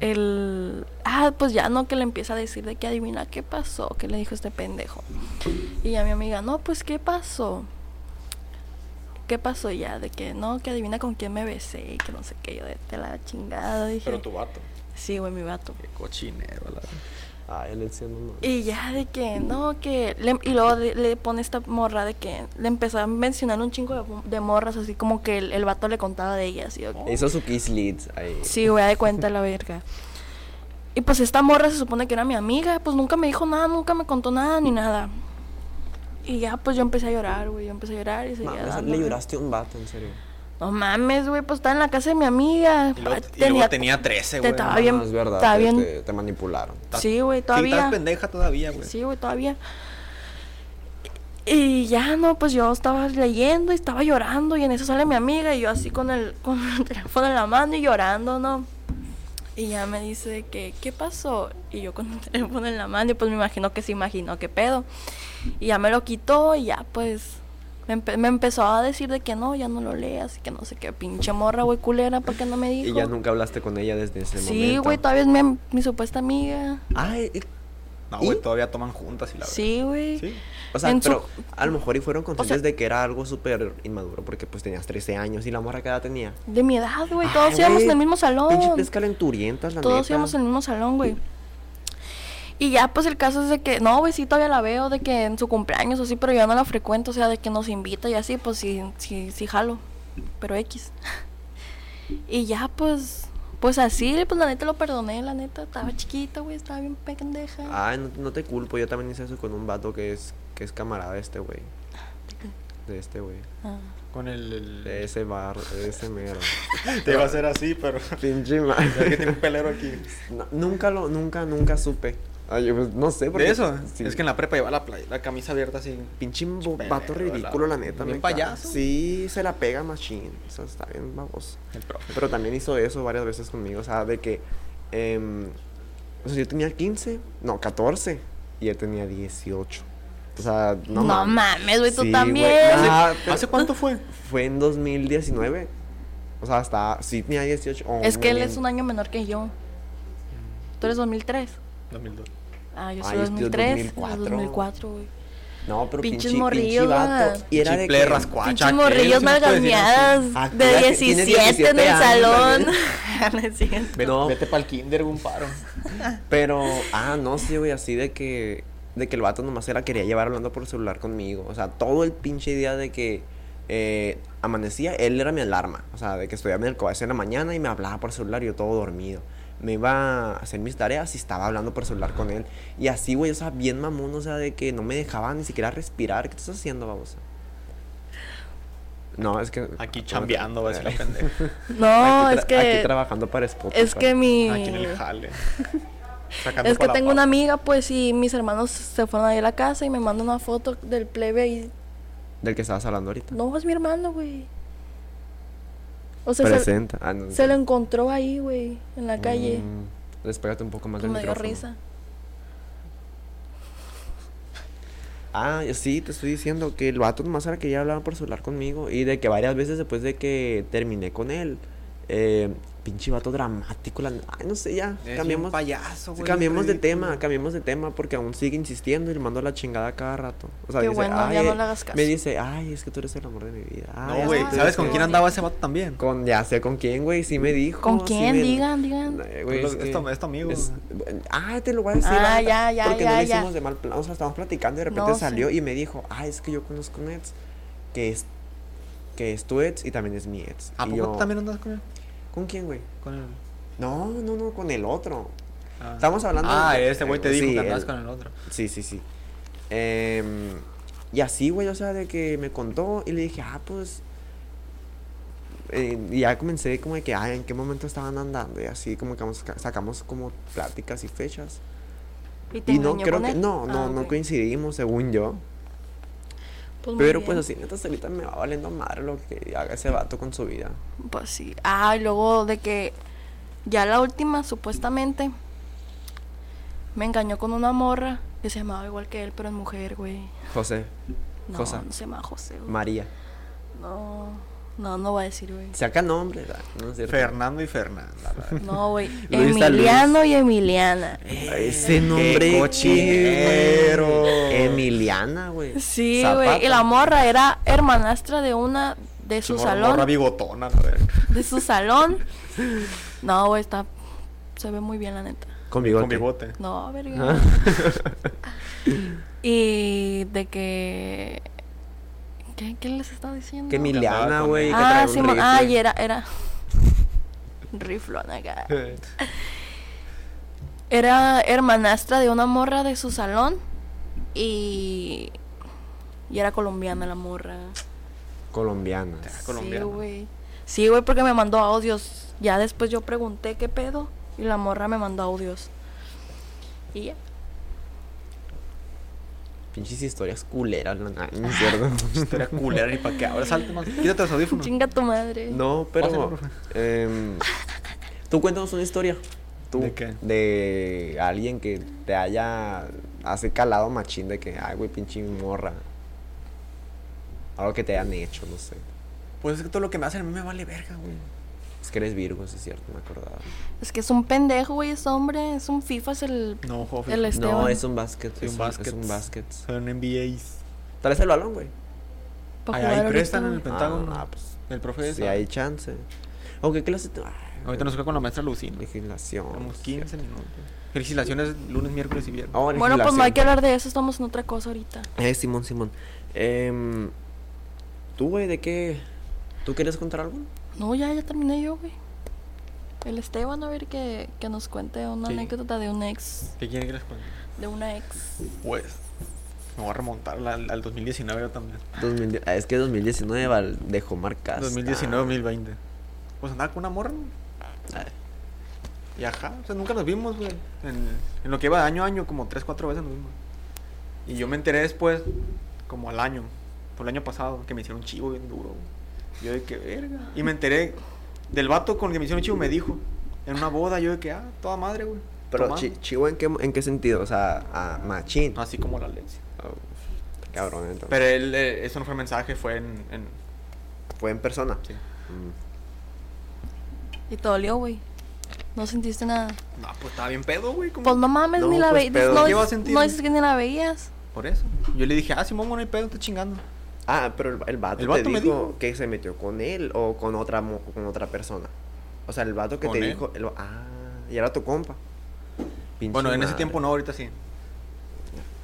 S3: el... Ah, pues ya no, que le empieza a decir de que adivina qué pasó, que le dijo este pendejo. Y ya mi amiga, no, pues qué pasó. ¿Qué pasó ya? De que no, que adivina con quién me besé y que no sé qué, yo de te la chingada. Dije,
S1: Pero tu vato.
S3: Sí, güey, mi vato.
S1: Qué cochinero, la verdad.
S2: Ay, él siendo un-
S3: Y ya de que no, que. le- y luego de- le pone esta morra de que le empezó a mencionar un chingo de, de morras, así como que el, el vato le contaba de ellas. Y yo,
S2: Hizo su kiss leads ahí.
S3: sí, güey, de cuenta la verga. Y pues esta morra se supone que era mi amiga, pues nunca me dijo nada, nunca me contó nada ni nada. Y ya, pues yo empecé a llorar, güey, yo empecé a llorar y seguía
S2: Mames,
S3: dándole.
S2: le lloraste a un vato, en serio.
S3: No mames, güey, pues estaba en la casa de mi amiga.
S1: Y luego,
S3: Ah,
S1: y luego tenía 13, güey.
S3: estaba
S1: no
S3: bien-
S2: No, es verdad.
S3: está
S2: te-
S3: bien.
S2: Te, te manipularon.
S1: estás-
S3: Sí, güey,
S1: sí,
S3: todavía.
S1: estás pendeja todavía, güey.
S3: Sí, güey, todavía. Y ya no, pues yo estaba leyendo y estaba llorando y en eso sale mi amiga y yo así con el, con el teléfono en la mano y llorando, ¿no? Y ya me dice que, ¿qué pasó? Y yo con el teléfono en la mano y pues me imagino que se imaginó qué pedo. Y ya me lo quitó y ya pues me, empe- me empezó a decir de que no, ya no lo leas y que no sé qué pinche morra, güey, culera, ¿por qué no me dijo?
S2: Y ya nunca hablaste con ella desde ese momento.
S3: sí, güey, todavía es mi, mi supuesta amiga.
S2: Ay, eh,
S1: No,
S2: ¿Y?
S1: güey, todavía toman juntas y la verdad.
S3: Sí, güey.
S1: Sí.
S2: o sea,
S3: En su-
S2: pero a lo mejor y fueron conscientes
S3: sea-
S2: de que era algo súper inmaduro porque pues tenías 13 años y la morra que edad tenía.
S3: De mi edad, güey.
S2: Ay,
S3: Todos íbamos
S2: güey,
S3: en el mismo salón.
S2: Pinches tres calenturientas, la
S3: Todos
S2: neta.
S3: íbamos en el mismo salón, güey. Y ya, pues el caso es de que, no, güey, sí, todavía la veo, de que en su cumpleaños o sí, pero yo ya no la frecuento, o sea, de que nos invita y así, pues sí, sí, sí, jalo. Pero X. Y ya, pues, pues así, pues la neta lo perdoné, la neta, estaba chiquita, güey, estaba bien pendeja.
S2: Ay, no, no te culpo, yo también hice eso con un vato que es, que es camarada de este güey. De este güey.
S1: Con el. el-
S2: De ese bar, de ese mero. Eh,
S1: Te iba a hacer así, pero.
S2: Pinche madre.
S1: Ya que tiene un pelero aquí.
S2: No, nunca lo, nunca, nunca supe. Ay, yo, pues, no sé por
S1: ¿De eso?
S2: Sí.
S1: Es que en la prepa lleva la, playa- la camisa abierta así.
S2: Pinche bo-
S1: Pelero,
S2: vato ridículo, la,
S1: la-
S2: neta.
S1: bien
S2: me caga.
S1: payaso.
S2: Sí, se la pega machín. O sea, está bien baboso.
S1: El profe.
S2: Pero también hizo eso varias veces conmigo. O sea, de que. em, o sea, yo tenía 15, no, 14. Y él tenía 18. O sea, no,
S3: no,
S2: mames.
S3: mames, güey, tú
S2: Sí, güey. Ah,
S3: también.
S1: Ah,
S2: Nah, pero-
S1: ¿Hace cuánto fue?
S2: Fue en 2019. O sea, hasta. Sí, tenía 18. Oh,
S3: Es que él
S2: man.
S3: es un año menor que yo. Tú eres 2003.
S1: 2002.
S3: Ah, yo
S2: Ah,
S3: soy
S2: yo estoy
S3: 2003.
S2: 2004.
S3: 2004, güey.
S2: No, pero
S3: pinches
S2: pinche, pinche
S3: morrillos,
S2: vato.
S3: ¿verdad?
S2: Y era de
S1: Chiple,
S2: que.
S1: rascuacha.
S3: Pinches morrillos malgañadas
S2: Ah, claro,
S3: de
S2: que tienes
S3: 17 en
S2: 17
S3: el
S2: años
S3: salón. No es cierto.
S2: No,
S1: Vete para el kinder, un paro.
S2: Pero, ah, no, sí, güey, así de que, de que el vato nomás se la quería llevar hablando por celular conmigo. O sea, todo el pinche día de que eh, amanecía, él era mi alarma. O sea, de que estudiaba en el colegio en la mañana y me hablaba por celular y yo todo dormido. Me iba a hacer mis tareas y estaba hablando por celular con él. Y así, güey, o sea, bien mamón, o sea, de que no me dejaba ni siquiera respirar. ¿Qué estás haciendo, babosa? No, es que...
S1: Aquí chambeando, va a
S2: Eh.
S1: decir la pendeja.
S3: No,
S2: Aquí tra-
S3: es que
S2: Aquí trabajando para Spotify.
S3: es que mi
S1: Aquí en el jale. Sacando
S3: es que
S1: pa' la
S3: tengo
S1: papa.
S3: una amiga, pues, y mis hermanos se fueron ahí a la casa y me mandan una foto del plebe ahí.
S2: Del que estabas hablando ahorita.
S3: No, es mi hermano, güey. O sea, se,
S2: Presenta. Ah, no,
S3: se lo encontró ahí, güey, en la calle.
S2: Mm, despégate un poco más
S3: Pues
S2: del
S3: me dio
S2: micrófono.
S3: risa.
S2: Ah, sí, te estoy diciendo que el vato nomás era que ya hablaba por celular conmigo y de que varias veces después de que terminé con él, eh, pinche vato dramático, la- ay, no sé, ya,
S1: Es
S2: cambiemos,
S1: un payaso, güey,
S2: cambiemos de
S1: ridículo.
S2: tema, cambiemos de tema porque aún sigue insistiendo y le mando la chingada cada rato. O sea,
S3: Qué
S2: dice,
S3: bueno, ya
S2: "Ay,
S3: no le hagas caso".
S2: Me dice, ay, es que tú eres el amor de mi vida. ay,
S1: No,
S2: es
S1: güey.
S2: que tú
S1: ¿Sabes
S2: eres
S1: con
S2: el-
S1: quién andaba ese vato también?
S2: Con, ya sé con quién, güey, sí me dijo.
S3: ¿Con
S2: sí
S3: quién?
S2: me-
S3: Digan, digan.
S2: Eh, güey,
S1: Pues
S2: es
S1: lo-
S2: que-
S1: esto- esto amigo.
S2: es- ah, te lo voy a decir.
S3: Ah,
S2: la neta,
S3: ya, ya,
S2: Porque
S3: ya,
S2: no lo
S3: ya.
S2: hicimos de mal plan. O sea, estábamos platicando y de repente
S3: No, sí.
S2: salió y me dijo, ah, es que yo conozco un ex que es, que es tu ex y también es mi ex.
S1: ¿A
S2: Y
S1: poco
S2: yo,
S1: tú también andas con él?
S2: ¿Con quién, güey?
S1: Con él.
S2: No, no, no, con el otro.
S1: Ah.
S2: Estábamos hablando
S1: Ah,
S2: de-
S1: este güey te
S2: eh,
S1: dijo
S2: sí,
S1: que andabas
S2: él-
S1: con el otro.
S2: Sí, sí, sí. Em, y así, güey, o sea, de que me contó y le dije, ah, pues. eh, y ya comencé como de que, ay, ¿en qué momento estaban andando? Y así como que vamos- sacamos como pláticas y fechas.
S3: Y, te
S2: Y no
S3: engañó
S2: creo
S3: con
S2: que.
S3: él?
S2: No, no,
S3: Ah,
S2: no
S3: ok.
S2: coincidimos, según yo.
S3: Pues muy
S2: Pero pues
S3: bien.
S2: así, neta, hasta ahorita me va valiendo madre lo que haga ese vato con su vida.
S3: Pues sí. Ah, y luego de que ya la última, supuestamente, me engañó con una morra que se llamaba igual que él, pero en mujer, güey.
S2: José.
S3: No,
S2: Josa.
S3: no se llama José, güey.
S2: María.
S3: No, no, no va a decir, güey.
S2: Saca nombre. ¿verdad? No es cierto.
S1: Fernando y Fernanda. la verdad.
S3: No, güey.
S2: Luisa Luz.
S3: Emiliano y Emiliana.
S2: Eh, Ese nombre.
S1: Qué cochinero.
S2: qué- Emiliana, güey.
S3: Sí,
S2: Zapata.
S3: güey. Y la morra era hermanastra de una de su
S1: Mor-
S3: salón.
S1: Morra bigotona, la verga.
S3: de su salón. No, güey, está. Se ve muy bien, la neta.
S2: Con bigote.
S1: Con bigote.
S3: No, verga.
S2: Ah.
S3: Y de que. ¿Qué, qué les estaba diciendo?
S2: que Emiliana,
S1: con
S2: güey.
S1: él.
S2: que
S3: ah,
S2: trae un
S3: sí, mo- ah,
S2: rifle.
S3: y era. era... Riflón acá. Era hermanastra de una morra de su salón. Y. Y era colombiana la morra.
S2: Colombiana.
S1: Colombiana.
S3: Sí, güey. Sí, güey, porque me mandó audios. Ya después yo pregunté qué pedo. Y la morra me mandó audios. Y ya.
S2: Pinches historias culeras, la nada, no es cierto.
S1: Era culera ni para qué. Ahora salte más. Quítate los audífonos.
S3: Chinga tu madre.
S2: No,
S1: Pásale,
S2: pero.
S1: por favor.
S2: em, tú cuéntanos una historia. Tú,
S1: ¿De qué?
S2: de alguien que te haya hace calado machín de que, ay, güey, pinche morra. Algo que te hayan hecho, no sé.
S1: Pues es que todo lo que me hacen a mí me vale verga, güey.
S2: Es que eres Virgo, eso es cierto, me acordaba.
S3: Es que es un pendejo, güey, es hombre. Es un FIFA, es el.
S1: No, joven.
S3: El Esteban.
S2: No, es un basket.
S1: Soy
S2: es,
S1: un
S2: un
S1: basket.
S2: es un basket.
S1: Son NBAs.
S2: Tal vez el balón, güey.
S3: pa'
S1: Ahí,
S3: jugar ahorita,
S1: prestan en el
S3: güey.
S1: Pentágono.
S2: Ah, pues.
S1: El profe
S2: Si
S1: sabe.
S2: hay chance. Aunque, ¿qué clase? te- ay,
S1: Ahorita nos toca con la maestra Lucina.
S2: Legislación.
S1: Tenemos 15 minutos. Ah, Legislaciones lunes, miércoles y viernes.
S2: Oh,
S3: Bueno, pues no hay
S2: legislación.
S3: que hablar de eso, estamos en otra cosa ahorita.
S2: Eh, Simón, Simón. Em, ¿Tú, güey, de qué? ¿Tú quieres contar algo?
S3: No, ya, ya terminé yo, güey. El Esteban, a ver que, que nos cuente una
S1: Sí.
S3: anécdota de un ex.
S1: ¿Qué quieren que les cuente?
S3: De una ex.
S1: Pues me voy a remontar la- al 2019 yo también.
S2: 2000 ah, es que 2019 val- dejó marcas.
S1: 2019-2020. Pues andaba con una morra. ¿no?
S2: Ah,
S1: Y ajá, o sea, nunca nos vimos, güey. En, en lo que iba de año a año, como 3, 4 veces nos vimos. Y yo me enteré después, como al año, por el año pasado, que me hicieron un chivo bien duro. güey. Yo de que verga. Y me enteré del vato con el que me hicieron un chivo, me dijo. En una boda, yo de que, ah, toda madre, güey.
S2: Pero,
S1: tomando.
S2: chi- chivo, ¿en qué, ¿en qué sentido? O sea, a machín.
S1: Así como la Alexia.
S2: Oh, cabrón, entonces.
S1: Ah. Pero él, eh, eso no fue mensaje, fue en. en
S2: Fue en persona.
S1: sí.
S3: Y te dolió, güey. No sentiste nada.
S1: No, pues estaba bien pedo, güey. como-
S3: Pues no mames,
S1: No,
S3: ni la
S1: pues,
S3: veías.
S1: pedo.
S3: No,
S1: ¿Qué va a
S3: dices-
S1: sentir,
S3: no
S1: güey?
S3: dices que ni la veías.
S1: Por eso. Yo le dije, ah, Simón, no hay pedo, está chingando.
S2: Ah, pero el, el vato,
S1: El vato
S2: te
S1: me
S2: dijo,
S1: dijo.
S2: que se metió con él o con otra, mo- con otra persona. O sea, el vato que
S1: Con
S2: te
S1: él.
S2: dijo. el- ah, y era tu compa. Pinche
S1: Bueno, en ese
S2: madre.
S1: tiempo no, ahorita sí.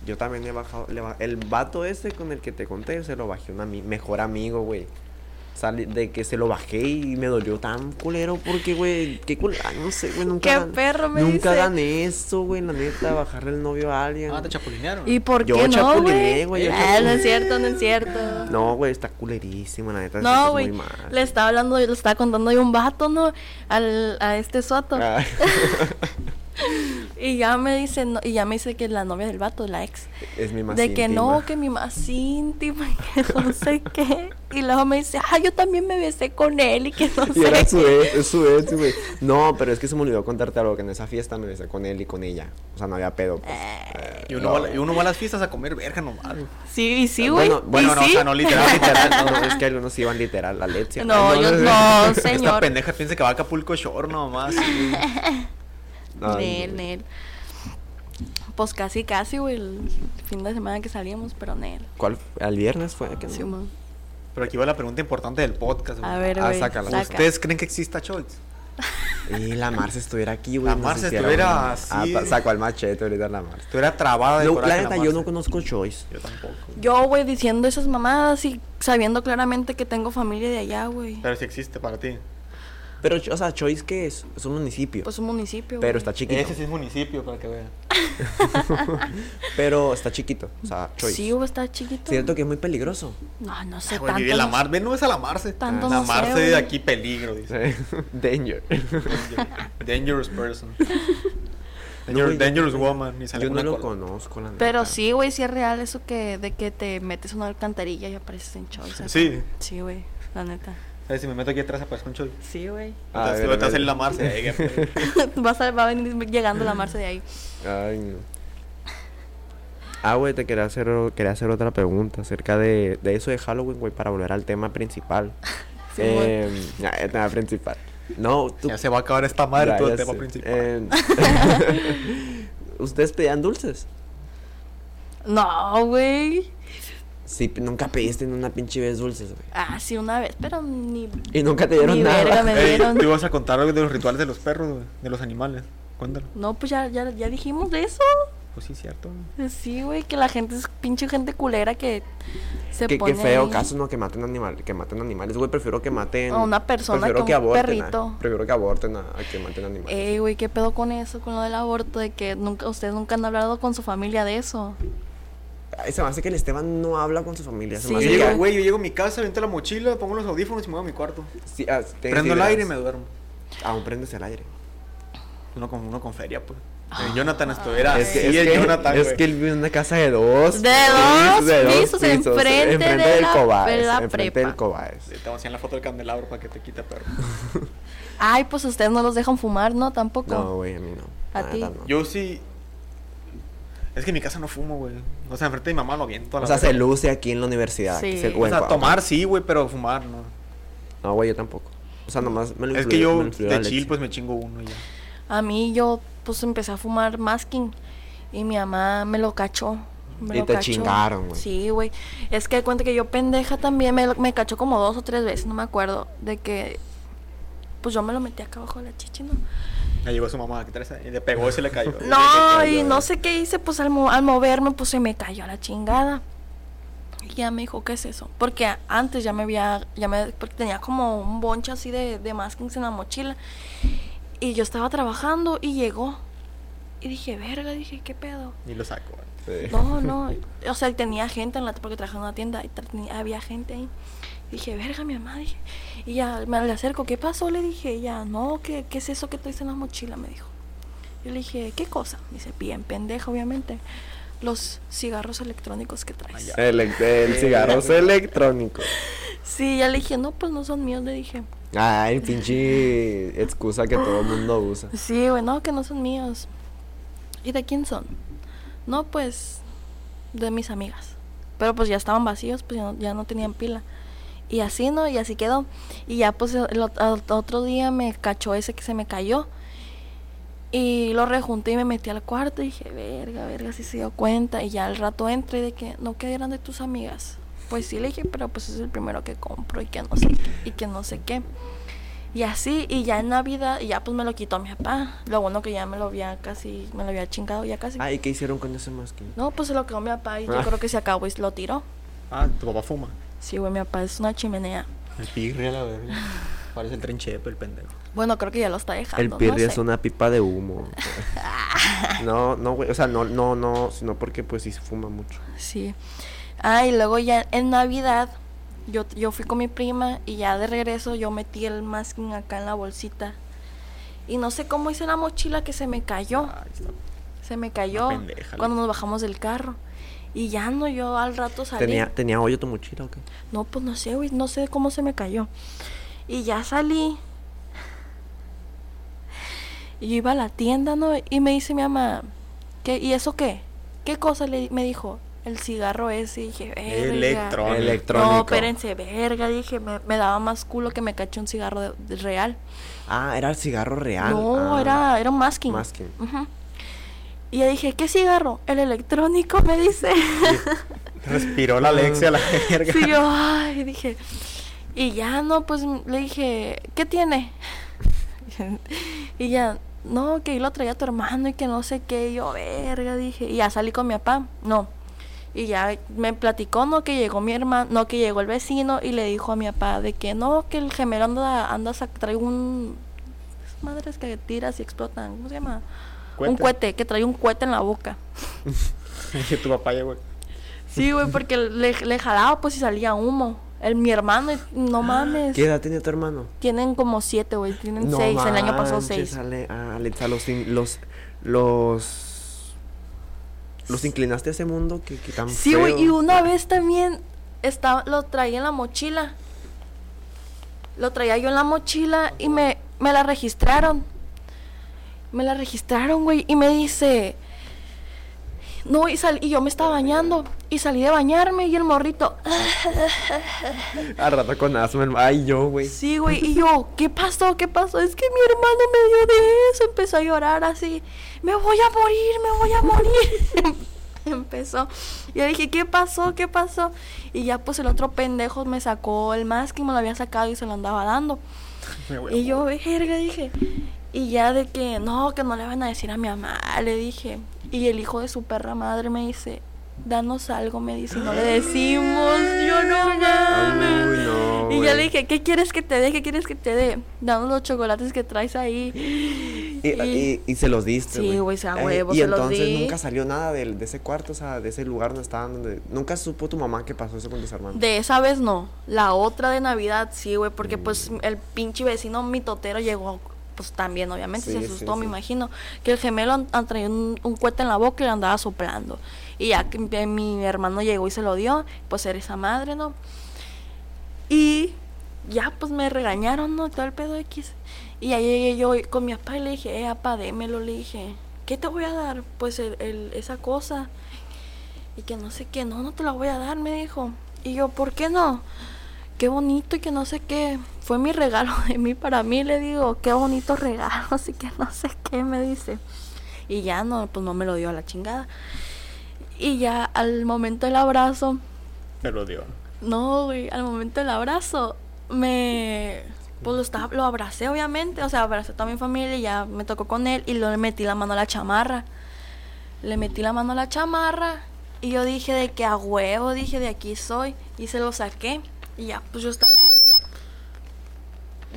S2: Yo también he bajado. le ba- el vato ese con el que te conté, se lo bajé a un ami- mejor amigo, güey. Sale de que se lo bajé y me dolió tan culero porque, güey, qué culero, no sé, güey, nunca.
S3: Qué
S2: hagan-
S3: perro, me
S2: Nunca
S3: dice.
S2: hagan eso, güey, la neta, bajarle el novio a alguien.
S1: Ah, te chapulinearon.
S3: ¿Y por
S2: Yo
S3: qué no,
S2: chapulineé, güey,
S3: güey?
S2: yo
S3: Ah, no
S2: chapulineé.
S3: es cierto, no es cierto.
S2: No, güey, está culerísimo, la neta.
S3: No, güey.
S2: Es muy mal.
S3: Le estaba hablando, le estaba contando de un vato, ¿no? Al, a este soto.
S2: Ah.
S3: Y ya me dice, no- y ya me dice que la novia del vato, la ex.
S2: es mi más
S3: de que no,
S2: íntima.
S3: que mi más íntima, que no sé qué. Y luego me dice, ah, yo también me besé con él y que no
S2: Y
S3: sé
S2: era su
S3: qué.
S2: ex, es su ex, güey. No, pero es que se me olvidó contarte algo, que en esa fiesta me besé con él y con ella. O sea, no había pedo. pues.
S1: Y uno, va, a la- y uno va a las fiestas a comer verga nomás. güey.
S3: Sí, y sí, güey.
S2: Ah, Bueno,
S3: y
S2: bueno,
S1: no, o
S3: sí.
S1: sea, no literal,
S2: literal, no, es que algunos iban literal, la Alexia.
S3: No, yo no, señor.
S1: Esta pendeja piensa que va a Acapulco Shore nomás. sí.
S2: Ay,
S3: Nel,
S2: güey.
S3: Nel. Pues casi, casi, güey, el fin de semana que salíamos, pero Nel.
S2: ¿Cuál? ¿Al viernes fue? que no?
S3: Sí, mo-
S1: Pero aquí va la pregunta importante del podcast. güey.
S3: A ver,
S2: Ah,
S3: güey.
S2: sácala.
S3: saca.
S1: ¿Ustedes creen que exista Choice?
S2: Y la Marce estuviera aquí, güey.
S1: La
S2: nos
S1: Marce
S2: hiciera
S1: estuviera
S2: una-
S1: así.
S2: Ah, pa- sacó el machete ahorita la Marce.
S1: Tú eras trabada de
S2: No,
S1: coraje,
S2: la neta,
S1: nomás.
S2: yo no conozco Choice.
S1: Yo tampoco.
S3: Yo, güey, diciendo esas mamadas y sabiendo claramente que tengo familia de allá, güey.
S1: Pero si existe para ti.
S2: Pero, o sea, ¿Choice qué es? Es un municipio.
S3: Pues un municipio,
S2: pero
S3: güey.
S2: está chiquito.
S1: Ese sí es municipio, para que vean.
S2: Pero está chiquito. O sea, Choice.
S3: Sí, güey, está chiquito.
S2: Cierto que es muy peligroso.
S3: No, no sé
S1: Ah, Güey,
S3: tanto.
S1: vive la
S3: no-
S1: mar, ven, no es a la Marce.
S3: Tanto
S1: la
S3: no sé,
S1: Marce
S3: güey.
S1: de aquí peligro, dice.
S2: Danger.
S1: Dangerous person.
S2: No, güey,
S1: Dangerous,
S2: yo-
S1: dangerous woman. ni sale
S2: Yo no
S1: una
S2: lo
S1: cola.
S2: conozco, la neta.
S3: Pero sí, güey, sí es real eso que de que te metes una alcantarilla y apareces en Choice.
S1: Sí.
S3: Sí, güey, la neta.
S1: ¿Sabes? Si me meto aquí atrás aparece un Choice.
S3: Sí, güey.
S2: A
S1: Entonces,
S2: ver,
S1: tú
S2: a
S1: te haces
S2: ver.
S1: la Marce. eh, que-
S3: Vas a- va a venir llegando la Marce de ahí.
S2: Ay, no. Ah, güey, te quería hacer, quería hacer otra pregunta acerca de, de eso de Halloween, güey, para volver al tema principal.
S3: Sí,
S2: Eh, nah, el tema principal. No, tú.
S4: Ya se va a acabar esta madre
S2: Ya,
S4: todo el
S1: este
S2: ya
S4: tema
S2: sé.
S4: principal.
S2: Eh, ¿Ustedes pedían dulces?
S3: No, güey.
S2: Sí, nunca pediste en una pinche vez dulces, güey.
S3: Ah, sí, una vez, pero ni.
S2: Y nunca te dieron
S3: ni
S2: nada.
S3: verga me
S1: Ey,
S3: dieron.
S1: tú ibas a contar algo de los rituales de los perros, güey, de los animales. Cuéntalo.
S3: No, pues ya, ya, ya dijimos de eso.
S1: Pues sí, cierto.
S3: Sí, güey, que la gente es pinche gente culera que se
S2: Qué,
S3: pone.
S2: qué feo
S3: ahí.
S2: caso, no, que maten, animal, que maten animales, güey. Prefiero que maten.
S3: A una persona que
S2: prefiero
S3: un
S2: que aborten,
S3: perrito.
S2: ah, prefiero que aborten a, a que maten animales.
S3: Ey, güey, ¿qué pedo con eso? Con lo del aborto, de que nunca, ustedes nunca han hablado con su familia de eso.
S2: Ay, se me hace que el Esteban no habla con su familia. se
S3: Sí.
S1: Yo
S2: me hace
S3: Sí,
S2: que-
S1: llego, güey, yo llego a mi casa, aviento la mochila, pongo los audífonos y me voy a mi cuarto.
S2: Sí, ah, sí, tienes
S1: Prendo el
S2: ideas.
S1: aire y me duermo.
S2: Aún prendes el aire.
S1: Uno con, uno con feria, pues.
S3: Ah.
S1: El Jonathan estuviera.
S2: es que,
S1: Ah, sí,
S2: es
S1: el
S2: que,
S1: Jonathan,
S2: es
S1: güey.
S2: que él vive en una casa de dos.
S3: De dos pisos, enfrente de
S2: del
S3: la-
S2: Cobaes,
S3: de la
S2: enfrente
S3: prepa.
S2: del Cobaes.
S1: Te hacían la foto del candelabro para que te quita, perro.
S3: Ay, pues ustedes no los dejan fumar, ¿no? Tampoco.
S2: No, güey, a mí no.
S3: ¿A
S2: La
S3: ti?
S2: neta no.
S1: Yo sí. Es que en mi casa no fumo, güey. O sea, enfrente de mi mamá no viento. a la
S2: O sea, se
S1: verga.
S2: luce aquí en la universidad.
S3: Sí.
S2: que se-
S1: O
S2: güey,
S1: sea,
S2: pa-
S1: tomar sí, güey, pero fumar no.
S2: No, güey, yo tampoco. O sea, nomás me lo
S1: Es
S2: influyó-
S1: que yo
S2: me lo influyó
S1: de
S2: la
S1: chill,
S2: leche.
S1: pues me chingo uno y ya.
S3: A mí yo, pues empecé a fumar masking y mi mamá me lo cachó. me
S2: Y
S3: lo
S2: te chingaron, güey.
S3: Sí, güey. Es que de cuenta que yo pendeja también me, lo- me cachó como dos o tres veces, no me acuerdo. De que, pues yo me lo metí acá abajo de la chichi, ¿no?
S1: Le llegó su mamá a quitar esa y le pegó y se le cayó.
S3: No, y no sé qué hice, pues al, mo- al moverme, pues se me cayó a la chingada. Y ya me dijo, ¿qué es eso? Porque a- antes ya me había, ya me, porque tenía como un bonche así de, de maskings en la mochila. Y yo estaba trabajando y llegó. Y dije, verga, dije, ¿qué pedo?
S1: Y lo saco, güey.
S3: No, no. O sea, tenía gente en la porque trabajaba en una tienda y tra- tenía- había gente ahí. Dije, verga, mi mamá. Dije. Y ya me le acerco, ¿qué pasó? Le dije, y ya, no, ¿qué, qué es eso que traes en la mochila? Me dijo. Yo le dije, ¿qué cosa? Me dice, bien pendeja, obviamente. Los cigarros electrónicos que traes.
S2: El, el cigarro es electrónico.
S3: Sí, ya le dije, no, pues no son míos, le dije.
S2: Ay, pinche excusa que todo el mundo usa.
S3: Sí, güey, no, que no son míos. ¿Y de quién son? No, pues de mis amigas. Pero pues ya estaban vacíos, pues ya no, ya no tenían pila. Y así, ¿no? Y así quedó. Y ya pues el ot- al otro día me cachó ese que se me cayó. Y lo rejunté y me metí al cuarto y dije, verga, verga, si se dio cuenta. Y ya al rato entré y de que no que eran de tus amigas. Pues sí le dije, pero pues es el primero que compro y que no sé qué- y que no sé qué. Y así, y ya en Navidad, y ya pues me lo quitó mi papá. Lo bueno que ya me lo había casi, me lo había chingado ya casi.
S2: Ay, ¿qué hicieron con ese masking?
S3: No, pues se lo quedó mi papá y yo creo que se acabó y lo tiró.
S1: Ah, tu papá fuma.
S3: Sí, güey, mi papá es una chimenea.
S1: El pirri a la verga. Parece el tren chepe, el pendejo.
S3: Bueno, creo que ya lo está dejando.
S2: El
S3: no
S2: pirri es
S3: sé.
S2: una pipa de humo. No, no, güey. O sea, no, no, no. Sino porque, pues, sí se fuma mucho.
S3: Sí. Ah, y luego ya en Navidad, yo, yo fui con mi prima y ya de regreso yo metí el masking acá en la bolsita. Y no sé cómo hice la mochila que se me cayó.
S1: Ahí está.
S3: Se me cayó
S1: pendeja,
S3: cuando nos bajamos del carro. Y ya no, yo al rato salí.
S2: ¿Tenía, ¿Tenía hoyo tu mochila o qué?
S3: No, pues no sé, güey, no sé cómo se me cayó. Y ya salí. Y yo iba a la tienda, ¿no? Y me dice mi mamá, ¿qué, ¿y eso qué? ¿Qué cosa le, me dijo? El cigarro ese. Y dije, Eh, verga.
S1: Electrónico.
S2: Electrónico.
S3: No, espérense, verga. Dije, me, me daba más culo que me caché un cigarro de- de real.
S2: Ah, era el cigarro real.
S3: No,
S2: Ah,
S3: era, era un masking.
S2: Masking.
S3: Y yo dije, ¿qué cigarro? El electrónico, me dice.
S1: Respiró la Alexia la verga.
S3: Sí, yo, ay, dije. Y ya no, pues m- le dije, ¿qué tiene? y ya, no, que ahí lo traía tu hermano y que no sé qué. Y yo, verga, dije. Y ya salí con mi papá, no. Y ya me platicó, no, que llegó mi hermano, no, que llegó el vecino y le dijo a mi papá de que no, que el gemelo anda, anda, sac- trae un. esas Madres que tiras y explotan, ¿cómo se llama? Un
S1: Cuete.
S3: cohete, que trae un cohete en la boca.
S1: Y tu papá llegó.
S3: Sí, güey, porque le, le jalaba pues y salía humo. El, mi hermano, y- no mames.
S2: Ah, ¿Qué edad tenía tu hermano?
S3: Tienen como siete, güey. Tienen
S2: No
S3: seis. El año pasado
S2: manches,
S3: seis.
S2: Ale- ah, Alexa, los, in- los, los, los inclinaste a ese mundo que, que tan
S3: Sí, güey.
S2: feo.
S3: Y una vez también estaba, lo traía en la mochila. Lo traía yo en la mochila y me, me la registraron. Me la registraron, güey. Y me dice. No, y, sal- y yo me estaba bañando y salí de bañarme y el morrito.
S2: Al rato con asma, hermano. Ay, yo, güey.
S3: Sí, güey. Y yo, ¿qué pasó? ¿Qué pasó? Es que mi hermano me dio de eso. Empezó a llorar así. Me voy a morir, me voy a morir. Empezó. Y yo dije, ¿qué pasó? ¿Qué pasó? Y ya pues el otro pendejo me sacó el más que me lo había sacado y se lo andaba dando. Y yo, verga, dije. Y ya de que, no, que no le van a decir a mi mamá, le dije. Y el hijo de su perra madre me dice, danos algo, me dice, y no le decimos, yo no mames.
S2: Uy, no,
S3: Y
S2: güey.
S3: yo le dije, ¿qué quieres que te dé? ¿Qué quieres que te dé? Danos los chocolates que traes ahí.
S2: Y, y- y se los diste,
S3: Sí,
S2: güey.
S3: güey, se a
S2: Eh,
S3: huevo,
S2: Y
S3: se los
S2: entonces
S3: di.
S2: nunca salió nada del- de, ese cuarto, o sea, de ese lugar donde estaban. Donde, nunca supo tu mamá que pasó eso con tus hermanos.
S3: De esa vez no, la otra de Navidad sí, güey, porque pues el pinche vecino mitotero llegó, pues también obviamente,
S2: Sí,
S3: se
S2: sí,
S3: asustó, me
S2: sí.
S3: imagino, que el gemelo an- an- traía un, un cohete en la boca y le andaba soplando. Y ya que mi, mi hermano llegó y se lo dio, pues era esa madre, ¿no? Y ya pues me regañaron, ¿no? Todo el pedo X. Y ahí llegué yo y- con mi papá y le dije, eh, papá, démelo, le dije, ¿qué te voy a dar? Pues el- el- esa cosa. Y que no sé qué, no, no te la voy a dar, me dijo. Y yo, ¿por qué no? Qué bonito y que no sé qué. Fue mi regalo de mí para mí, le digo, qué bonito regalo, así que no sé qué, me dice. Y ya no, pues no me lo dio a la chingada. Y ya al momento del abrazo,
S1: Me lo dio.
S3: Ah, no, güey, al momento del abrazo, me. Pues lo, estaba, lo abracé, obviamente. O sea, abracé a toda mi familia y ya me tocó con él y luego le metí la mano a la chamarra. Le metí la mano a la chamarra y yo dije de que a huevo, dije de aquí soy. Y se lo saqué y ya, pues yo estaba así.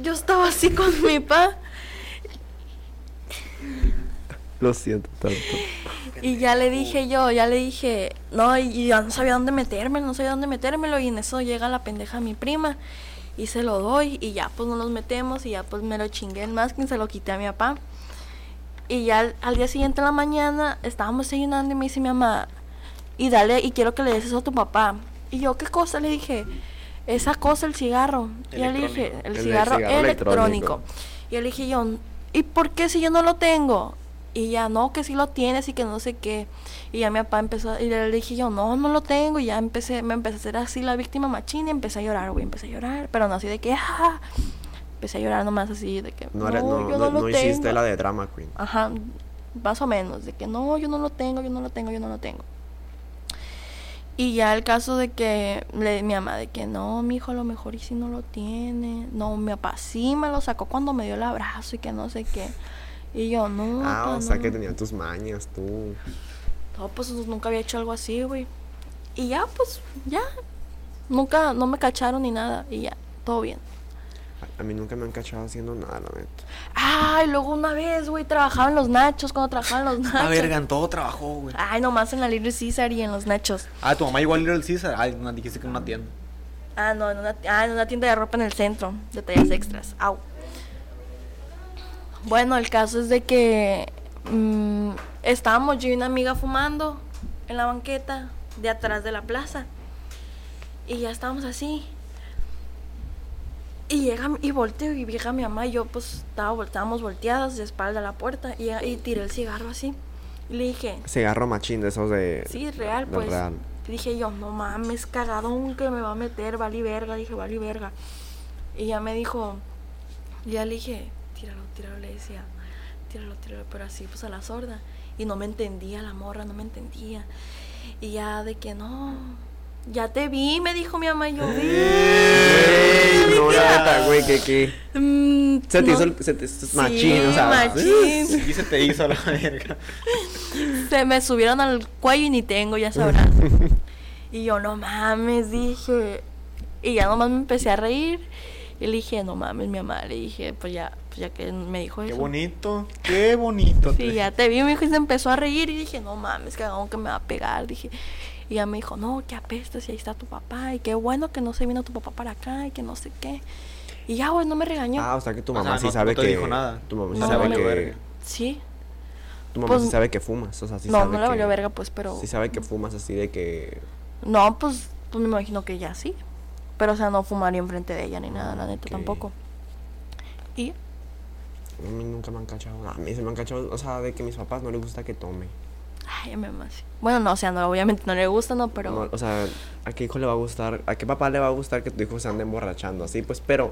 S3: Yo estaba así con mi pa.
S2: Lo siento tanto.
S3: Y ya le dije yo, ya le dije, no, y- y ya no sabía dónde meterme, no sabía dónde metérmelo, y en eso llega la pendeja mi prima, y se lo doy, y ya pues no nos metemos, y ya pues me lo chingué el masking, se lo quité a mi papá. Y ya al, al día siguiente en la mañana estábamos desayunando y me dice mi mamá, y dale, y quiero que le des eso a tu papá. Y yo, ¿qué cosa? Le dije, esa cosa, el cigarro. Y yo le dije,
S2: El
S3: el
S2: del
S3: cigarro,
S2: cigarro electrónico.
S3: electrónico. Y yo le dije yo, ¿y por qué si yo no lo tengo? Y ya, no, que sí lo tienes y que no sé qué. Y ya mi papá empezó, y le dije yo, no, no lo tengo. Y ya empecé, me empecé a hacer así la víctima machina y empecé a llorar, güey, empecé a llorar. Pero no así de que, ah. Empecé a llorar nomás así de que, no,
S2: No, era- no,
S3: yo
S2: no-
S3: no, lo
S2: no
S3: tengo.
S2: hiciste la de drama queen.
S3: Ajá, más o menos, de que no, yo no lo tengo, yo no lo tengo, yo no lo tengo. Y ya el caso de que le, mi mamá de que no, mi hijo a lo mejor y si no lo tiene. No, mi papá sí me lo sacó cuando me dio el abrazo y que no sé qué. Y yo, no.
S2: ah,
S3: pa,
S2: o sea
S3: no,
S2: que
S3: no".
S2: tenían tus mañas, tú.
S3: No, pues nunca había hecho algo así, güey. Y ya, pues, ya. Nunca, no me cacharon ni nada. Y ya, todo bien.
S2: A, a mí nunca me han cachado haciendo nada, la neta.
S3: Ay, luego una vez, güey, trabajaba en los nachos, cuando trabajaba en los nachos.
S2: Ah,
S1: A Ah, verga, en todo trabajó, güey.
S3: Ay, nomás en la Little Caesar y en los nachos.
S1: Ah, tu mamá igual a Little Caesar. Ay, no, dijiste que en una tienda.
S3: Ah, no, en una, ah, en una tienda de ropa en el centro, de tallas extras. Au. Bueno, el caso es de que mm, estábamos yo y una amiga fumando en la banqueta de atrás de la plaza. Y ya estábamos así. Y llega y volteo y llega mi mamá y yo pues estaba, vol- estábamos volteadas de espalda a la puerta y, llega- y tiré el cigarro así. Y le dije,
S2: Cigarro machín de esos de.
S3: Sí, real,
S2: del
S3: pues.
S2: real.
S3: Dije yo, no mames, cagadón que me va a meter, vale verga, dije, vale verga. Y ya me dijo, y ya le dije, tíralo, tíralo, le decía, tíralo, tíralo, pero así, pues a la sorda. Y no me entendía la morra, no me entendía. Y ya de que no, ya te vi, me dijo mi mamá, y yo,
S2: Ey, no, la
S3: "Verga".
S2: neta, güey, que que.
S3: Mm,
S2: Se te
S3: no.
S2: hizo el. Se te,
S3: Sí,
S2: machín, o sea.
S3: machín.
S1: Y se te hizo la verga.
S3: Se me subieron al cuello y ni tengo, ya sabrás. Y yo, no mames, dije. Y ya nomás me empecé a reír. Y le dije, no mames, mi mamá. Le dije, pues ya, pues ya que me dijo
S1: Qué
S3: eso.
S1: bonito. Qué bonito.
S3: Sí, ya te vi, me dijo, y se empezó a reír. Y dije, no mames, cagón, que me va a pegar. Dije, y ya me dijo, no, que apestas, y ahí está tu papá. Y qué bueno que no se vino tu papá para acá, y que no sé qué. Y ya, güey, no me regañó.
S2: Ah, o sea que tu
S1: O sea,
S2: mamá sí
S1: no-
S2: sabe
S1: no te
S2: que.
S1: dijo nada.
S2: Tu mamá sí
S3: No,
S2: sabe
S3: no.
S2: que.
S3: sí.
S2: Tu mamá sí
S3: Pues,
S2: sabe que fumas, o sea, sí
S3: no,
S2: sabe
S3: no le
S2: que-
S3: valió verga, pues, pero.
S2: Sí sabe que fumas así de que...
S3: No, pues, pues me imagino que ya sí. Pero, o sea, no fumaría enfrente de ella ni nada, la neta
S2: Ok.
S3: tampoco. Y
S2: A mí nunca me han cachado. A mí se me han cachado, o sea, de que a mis papás no les gusta que tome.
S3: Ay, me emocioné. Bueno, no, o sea, no, obviamente no le gusta, no, pero.
S2: No, o sea, ¿a qué hijo le va a gustar? ¿A qué papá le va a gustar que tu hijo se ande emborrachando así? Pues, pero,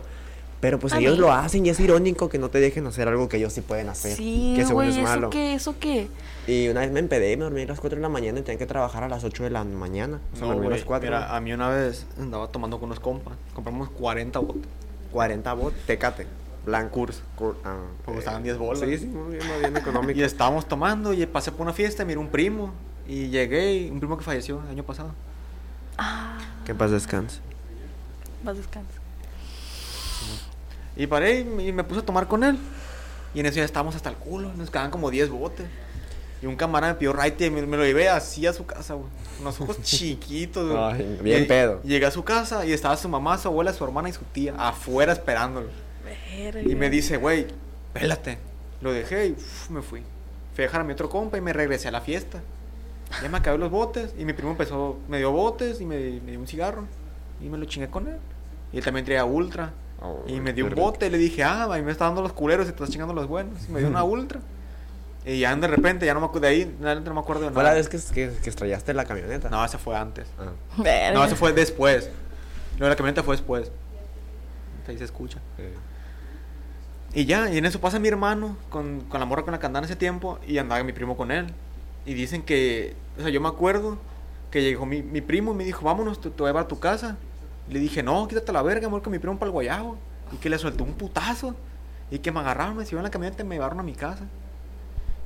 S2: pero pues
S3: A
S2: ellos
S3: mí.
S2: lo hacen y es irónico que no te dejen hacer algo que ellos sí pueden hacer.
S3: sí,
S2: que según
S3: güey,
S2: es malo.
S3: eso que, eso que.
S2: Y una vez me empedé, me dormí a las 4 de la mañana y tenía que trabajar a las 8 de la mañana. O sea, me
S1: No,
S2: dormí a
S1: güey,
S2: las 4.
S1: Mira, a mí una vez andaba tomando con unos compas. Compramos 40 botes.
S2: 40 bot, tecate, blanco.
S1: Curso.
S2: cur- ah,
S1: Porque
S2: eh,
S1: estaban 10 bolas.
S2: Sí, sí, muy bien, muy bien económico.
S1: Y estábamos tomando y pasé por una fiesta y miré un primo. Y llegué, y un primo que falleció el año pasado.
S2: que paz descanse.
S3: Vas descansa.
S1: Y paré y me, y me puse a tomar con él. Y en eso ya estábamos hasta el culo. Nos quedaban como 10 botes. Y un camarada me pidió raite y me, me lo llevé así a su casa, güey. Unos ojos chiquitos, güey.
S2: Ay, bien
S1: Y-
S2: pedo.
S1: Llegué a su casa y estaba su mamá, su abuela, su hermana y su tía afuera esperándolo. Y me dice, güey, pélate. Lo dejé y uf, me fui. Fui a dejar a mi otro compa y me regresé a la fiesta. Ya me acabé los botes y mi primo empezó, me dio botes y me, me dio un cigarro. Y me lo chingué con él. Y él también traía ultra.
S2: Oh,
S1: y me
S2: qué
S1: dio un
S2: rico.
S1: bote y le dije, ah, ahí me está dando los culeros y te estás chingando los buenos. Y me dio una ultra. Y ya de repente, ya no me acuerdo de ahí, realmente no me acuerdo de
S2: Fue
S1: nada.
S2: la vez que, que, que estrellaste la camioneta.
S1: No, esa fue antes.
S2: Ah,
S3: Verga.
S1: No, eso fue después. Lo de la camioneta fue después. Ahí se escucha.
S2: sí.
S1: Y ya, y en eso pasa mi hermano con, con la morra con la que andaba en ese tiempo y andaba mi primo con él. Y dicen que, o sea, yo me acuerdo que llegó mi, mi primo y me dijo, vámonos, te, te voy a llevar a tu casa. Y le dije, no, quítate la verga, amor, con mi primo para el guayabo. Y que le soltó un putazo. Y que me agarraron, me subieron a la camioneta y me llevaron a mi casa.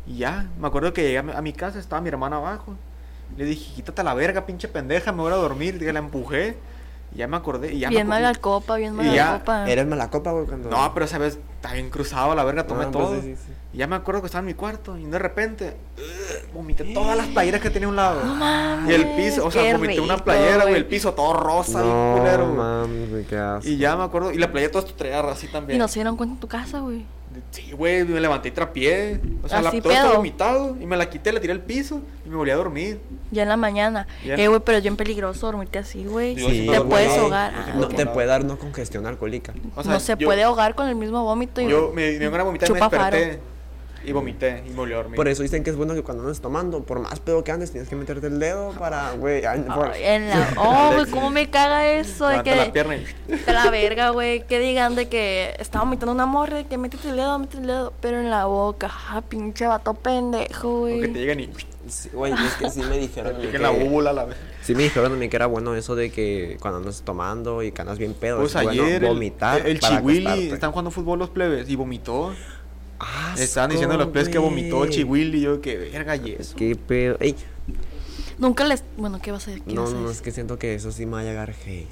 S1: Y ya, me acuerdo que llegué a mi, a mi casa, estaba mi hermana abajo. Le dije, quítate la verga, pinche pendeja, me voy a dormir. Y la empujé. Y ya me acordé. Y ya me
S3: bien
S1: acu-
S3: mala copa, bien
S1: y
S3: mala
S1: ya,
S3: copa.
S2: Eres mala copa, güey, cuando...
S1: no, pero esa vez está bien cruzado, la verga, tomé
S2: Ah, pues
S1: todo.
S2: sí, sí, sí.
S1: Y ya me acuerdo que estaba en mi cuarto y de repente ugh, vomité todas las playeras que tenía a un lado. y el piso, o sea,
S3: qué
S1: vomité una
S3: rico,
S1: playera, güey,
S3: güey.
S1: el piso todo rosa,
S2: No,
S1: bien culero, güey.
S2: mames, güey, qué asco.
S1: Y ya me acuerdo, y la playera toda estrellada así
S3: Y
S1: también.
S3: no se dieron cuenta en tu casa, güey.
S1: Sí, güey, me levanté y trapié. O sea, la
S3: Así
S1: todo estaba
S3: pedo.
S1: vomitado y me la quité, la tiré al piso y me volví a dormir.
S3: Ya en la mañana.
S1: Ya.
S3: Eh, güey, pero es bien peligroso dormirte así, güey.
S1: Yo sí
S3: te
S1: me
S3: puedes
S1: dormí.
S3: ahogar.
S1: Yo sí
S3: Ah,
S1: me
S2: No,
S3: ok.
S2: te puede dar una congestión alcohólica.
S1: O sea,
S3: no se
S1: yo-
S3: puede ahogar con el mismo vómito. Y
S1: Yo me, me dio una vomitar y me
S3: Chupa faro.
S1: desperté. Y vomité y me volví a dormir.
S2: Por eso dicen que es bueno que cuando andes tomando, por más pedo que andes, tienes que meterte el dedo para, güey, ay, por-
S3: Ay, en la... Oh, güey, cómo me caga eso. De
S1: Levanté
S3: que...
S1: la pierna y...
S3: De la verga, güey. Que digan de que estaba vomitando una morra, de que métete el dedo, métete el dedo, pero en la boca. Ah, pinche vato pendejo,
S1: o que te
S3: güey.
S1: llegan y...
S2: Sí, Güey, es que sí me dijeron a mí
S1: Que en la
S2: que-
S1: búbula la vez.
S2: Sí me dijeron a mí que era bueno eso de que cuando andas tomando y que andas bien pedo,
S1: Pues
S2: es bueno
S1: ayer el-
S2: vomitar
S1: el, el
S2: para
S1: Chihuili,
S2: acostarte.
S1: están jugando fútbol los plebes y vomitó.
S2: Asco,
S1: Estaban diciendo los plebes que vomitó el
S2: güey.
S1: Chihuili y yo que verga y eso.
S2: Qué pedo. Ey,
S3: Nunca les. Bueno, ¿qué vas a decir?
S2: no, no, es que siento que eso sí me va a llegar hate.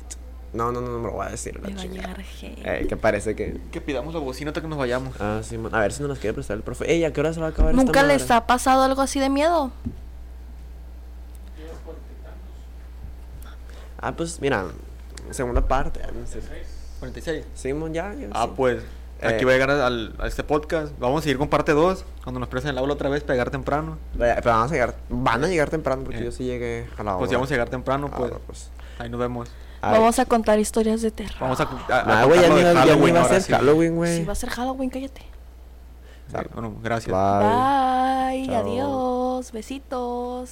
S2: No, no, no, no me lo voy a decir la
S3: Me va a
S2: chingada.
S3: llegar gente.
S2: Eh, que parece que
S1: Que pidamos la bocina hasta que nos vayamos.
S2: Ah, sí, man. A ver si no nos quiere prestar el profe. Ey, ¿a qué hora se va a acabar esta
S3: ¿Nunca
S2: madre?
S3: les ha pasado algo así de miedo?
S2: Ah, pues mira, segunda parte. ah, no sé.
S1: 46.
S2: Simón, ya. ya,
S1: Ah,
S2: sí.
S1: pues. Aquí
S2: Eh.
S1: va a llegar al- a este podcast. Vamos a seguir con parte 2. Cuando nos presen el aula otra vez, pegar temprano. Pues
S2: Vaya, Pero van a llegar, van a llegar temprano porque
S1: Eh.
S2: yo sí llegué a la hora.
S1: Pues ya vamos a llegar temprano,
S2: Ah,
S1: pues.
S2: pues.
S1: Ahí nos vemos.
S2: A ver.
S3: Vamos a contar historias de terror.
S1: Vamos a. a- a
S2: Nah, Ah, güey, ya
S1: contar lo
S2: ni
S1: de
S2: ya ni
S1: Halloween
S2: va a
S1: ahora
S2: ser
S1: sí.
S2: Halloween,
S3: Si
S2: güey.
S3: va a ser Halloween, cállate.
S1: Sí, Bueno, gracias.
S2: Bye.
S3: Bye,
S2: Chao.
S3: adiós, besitos.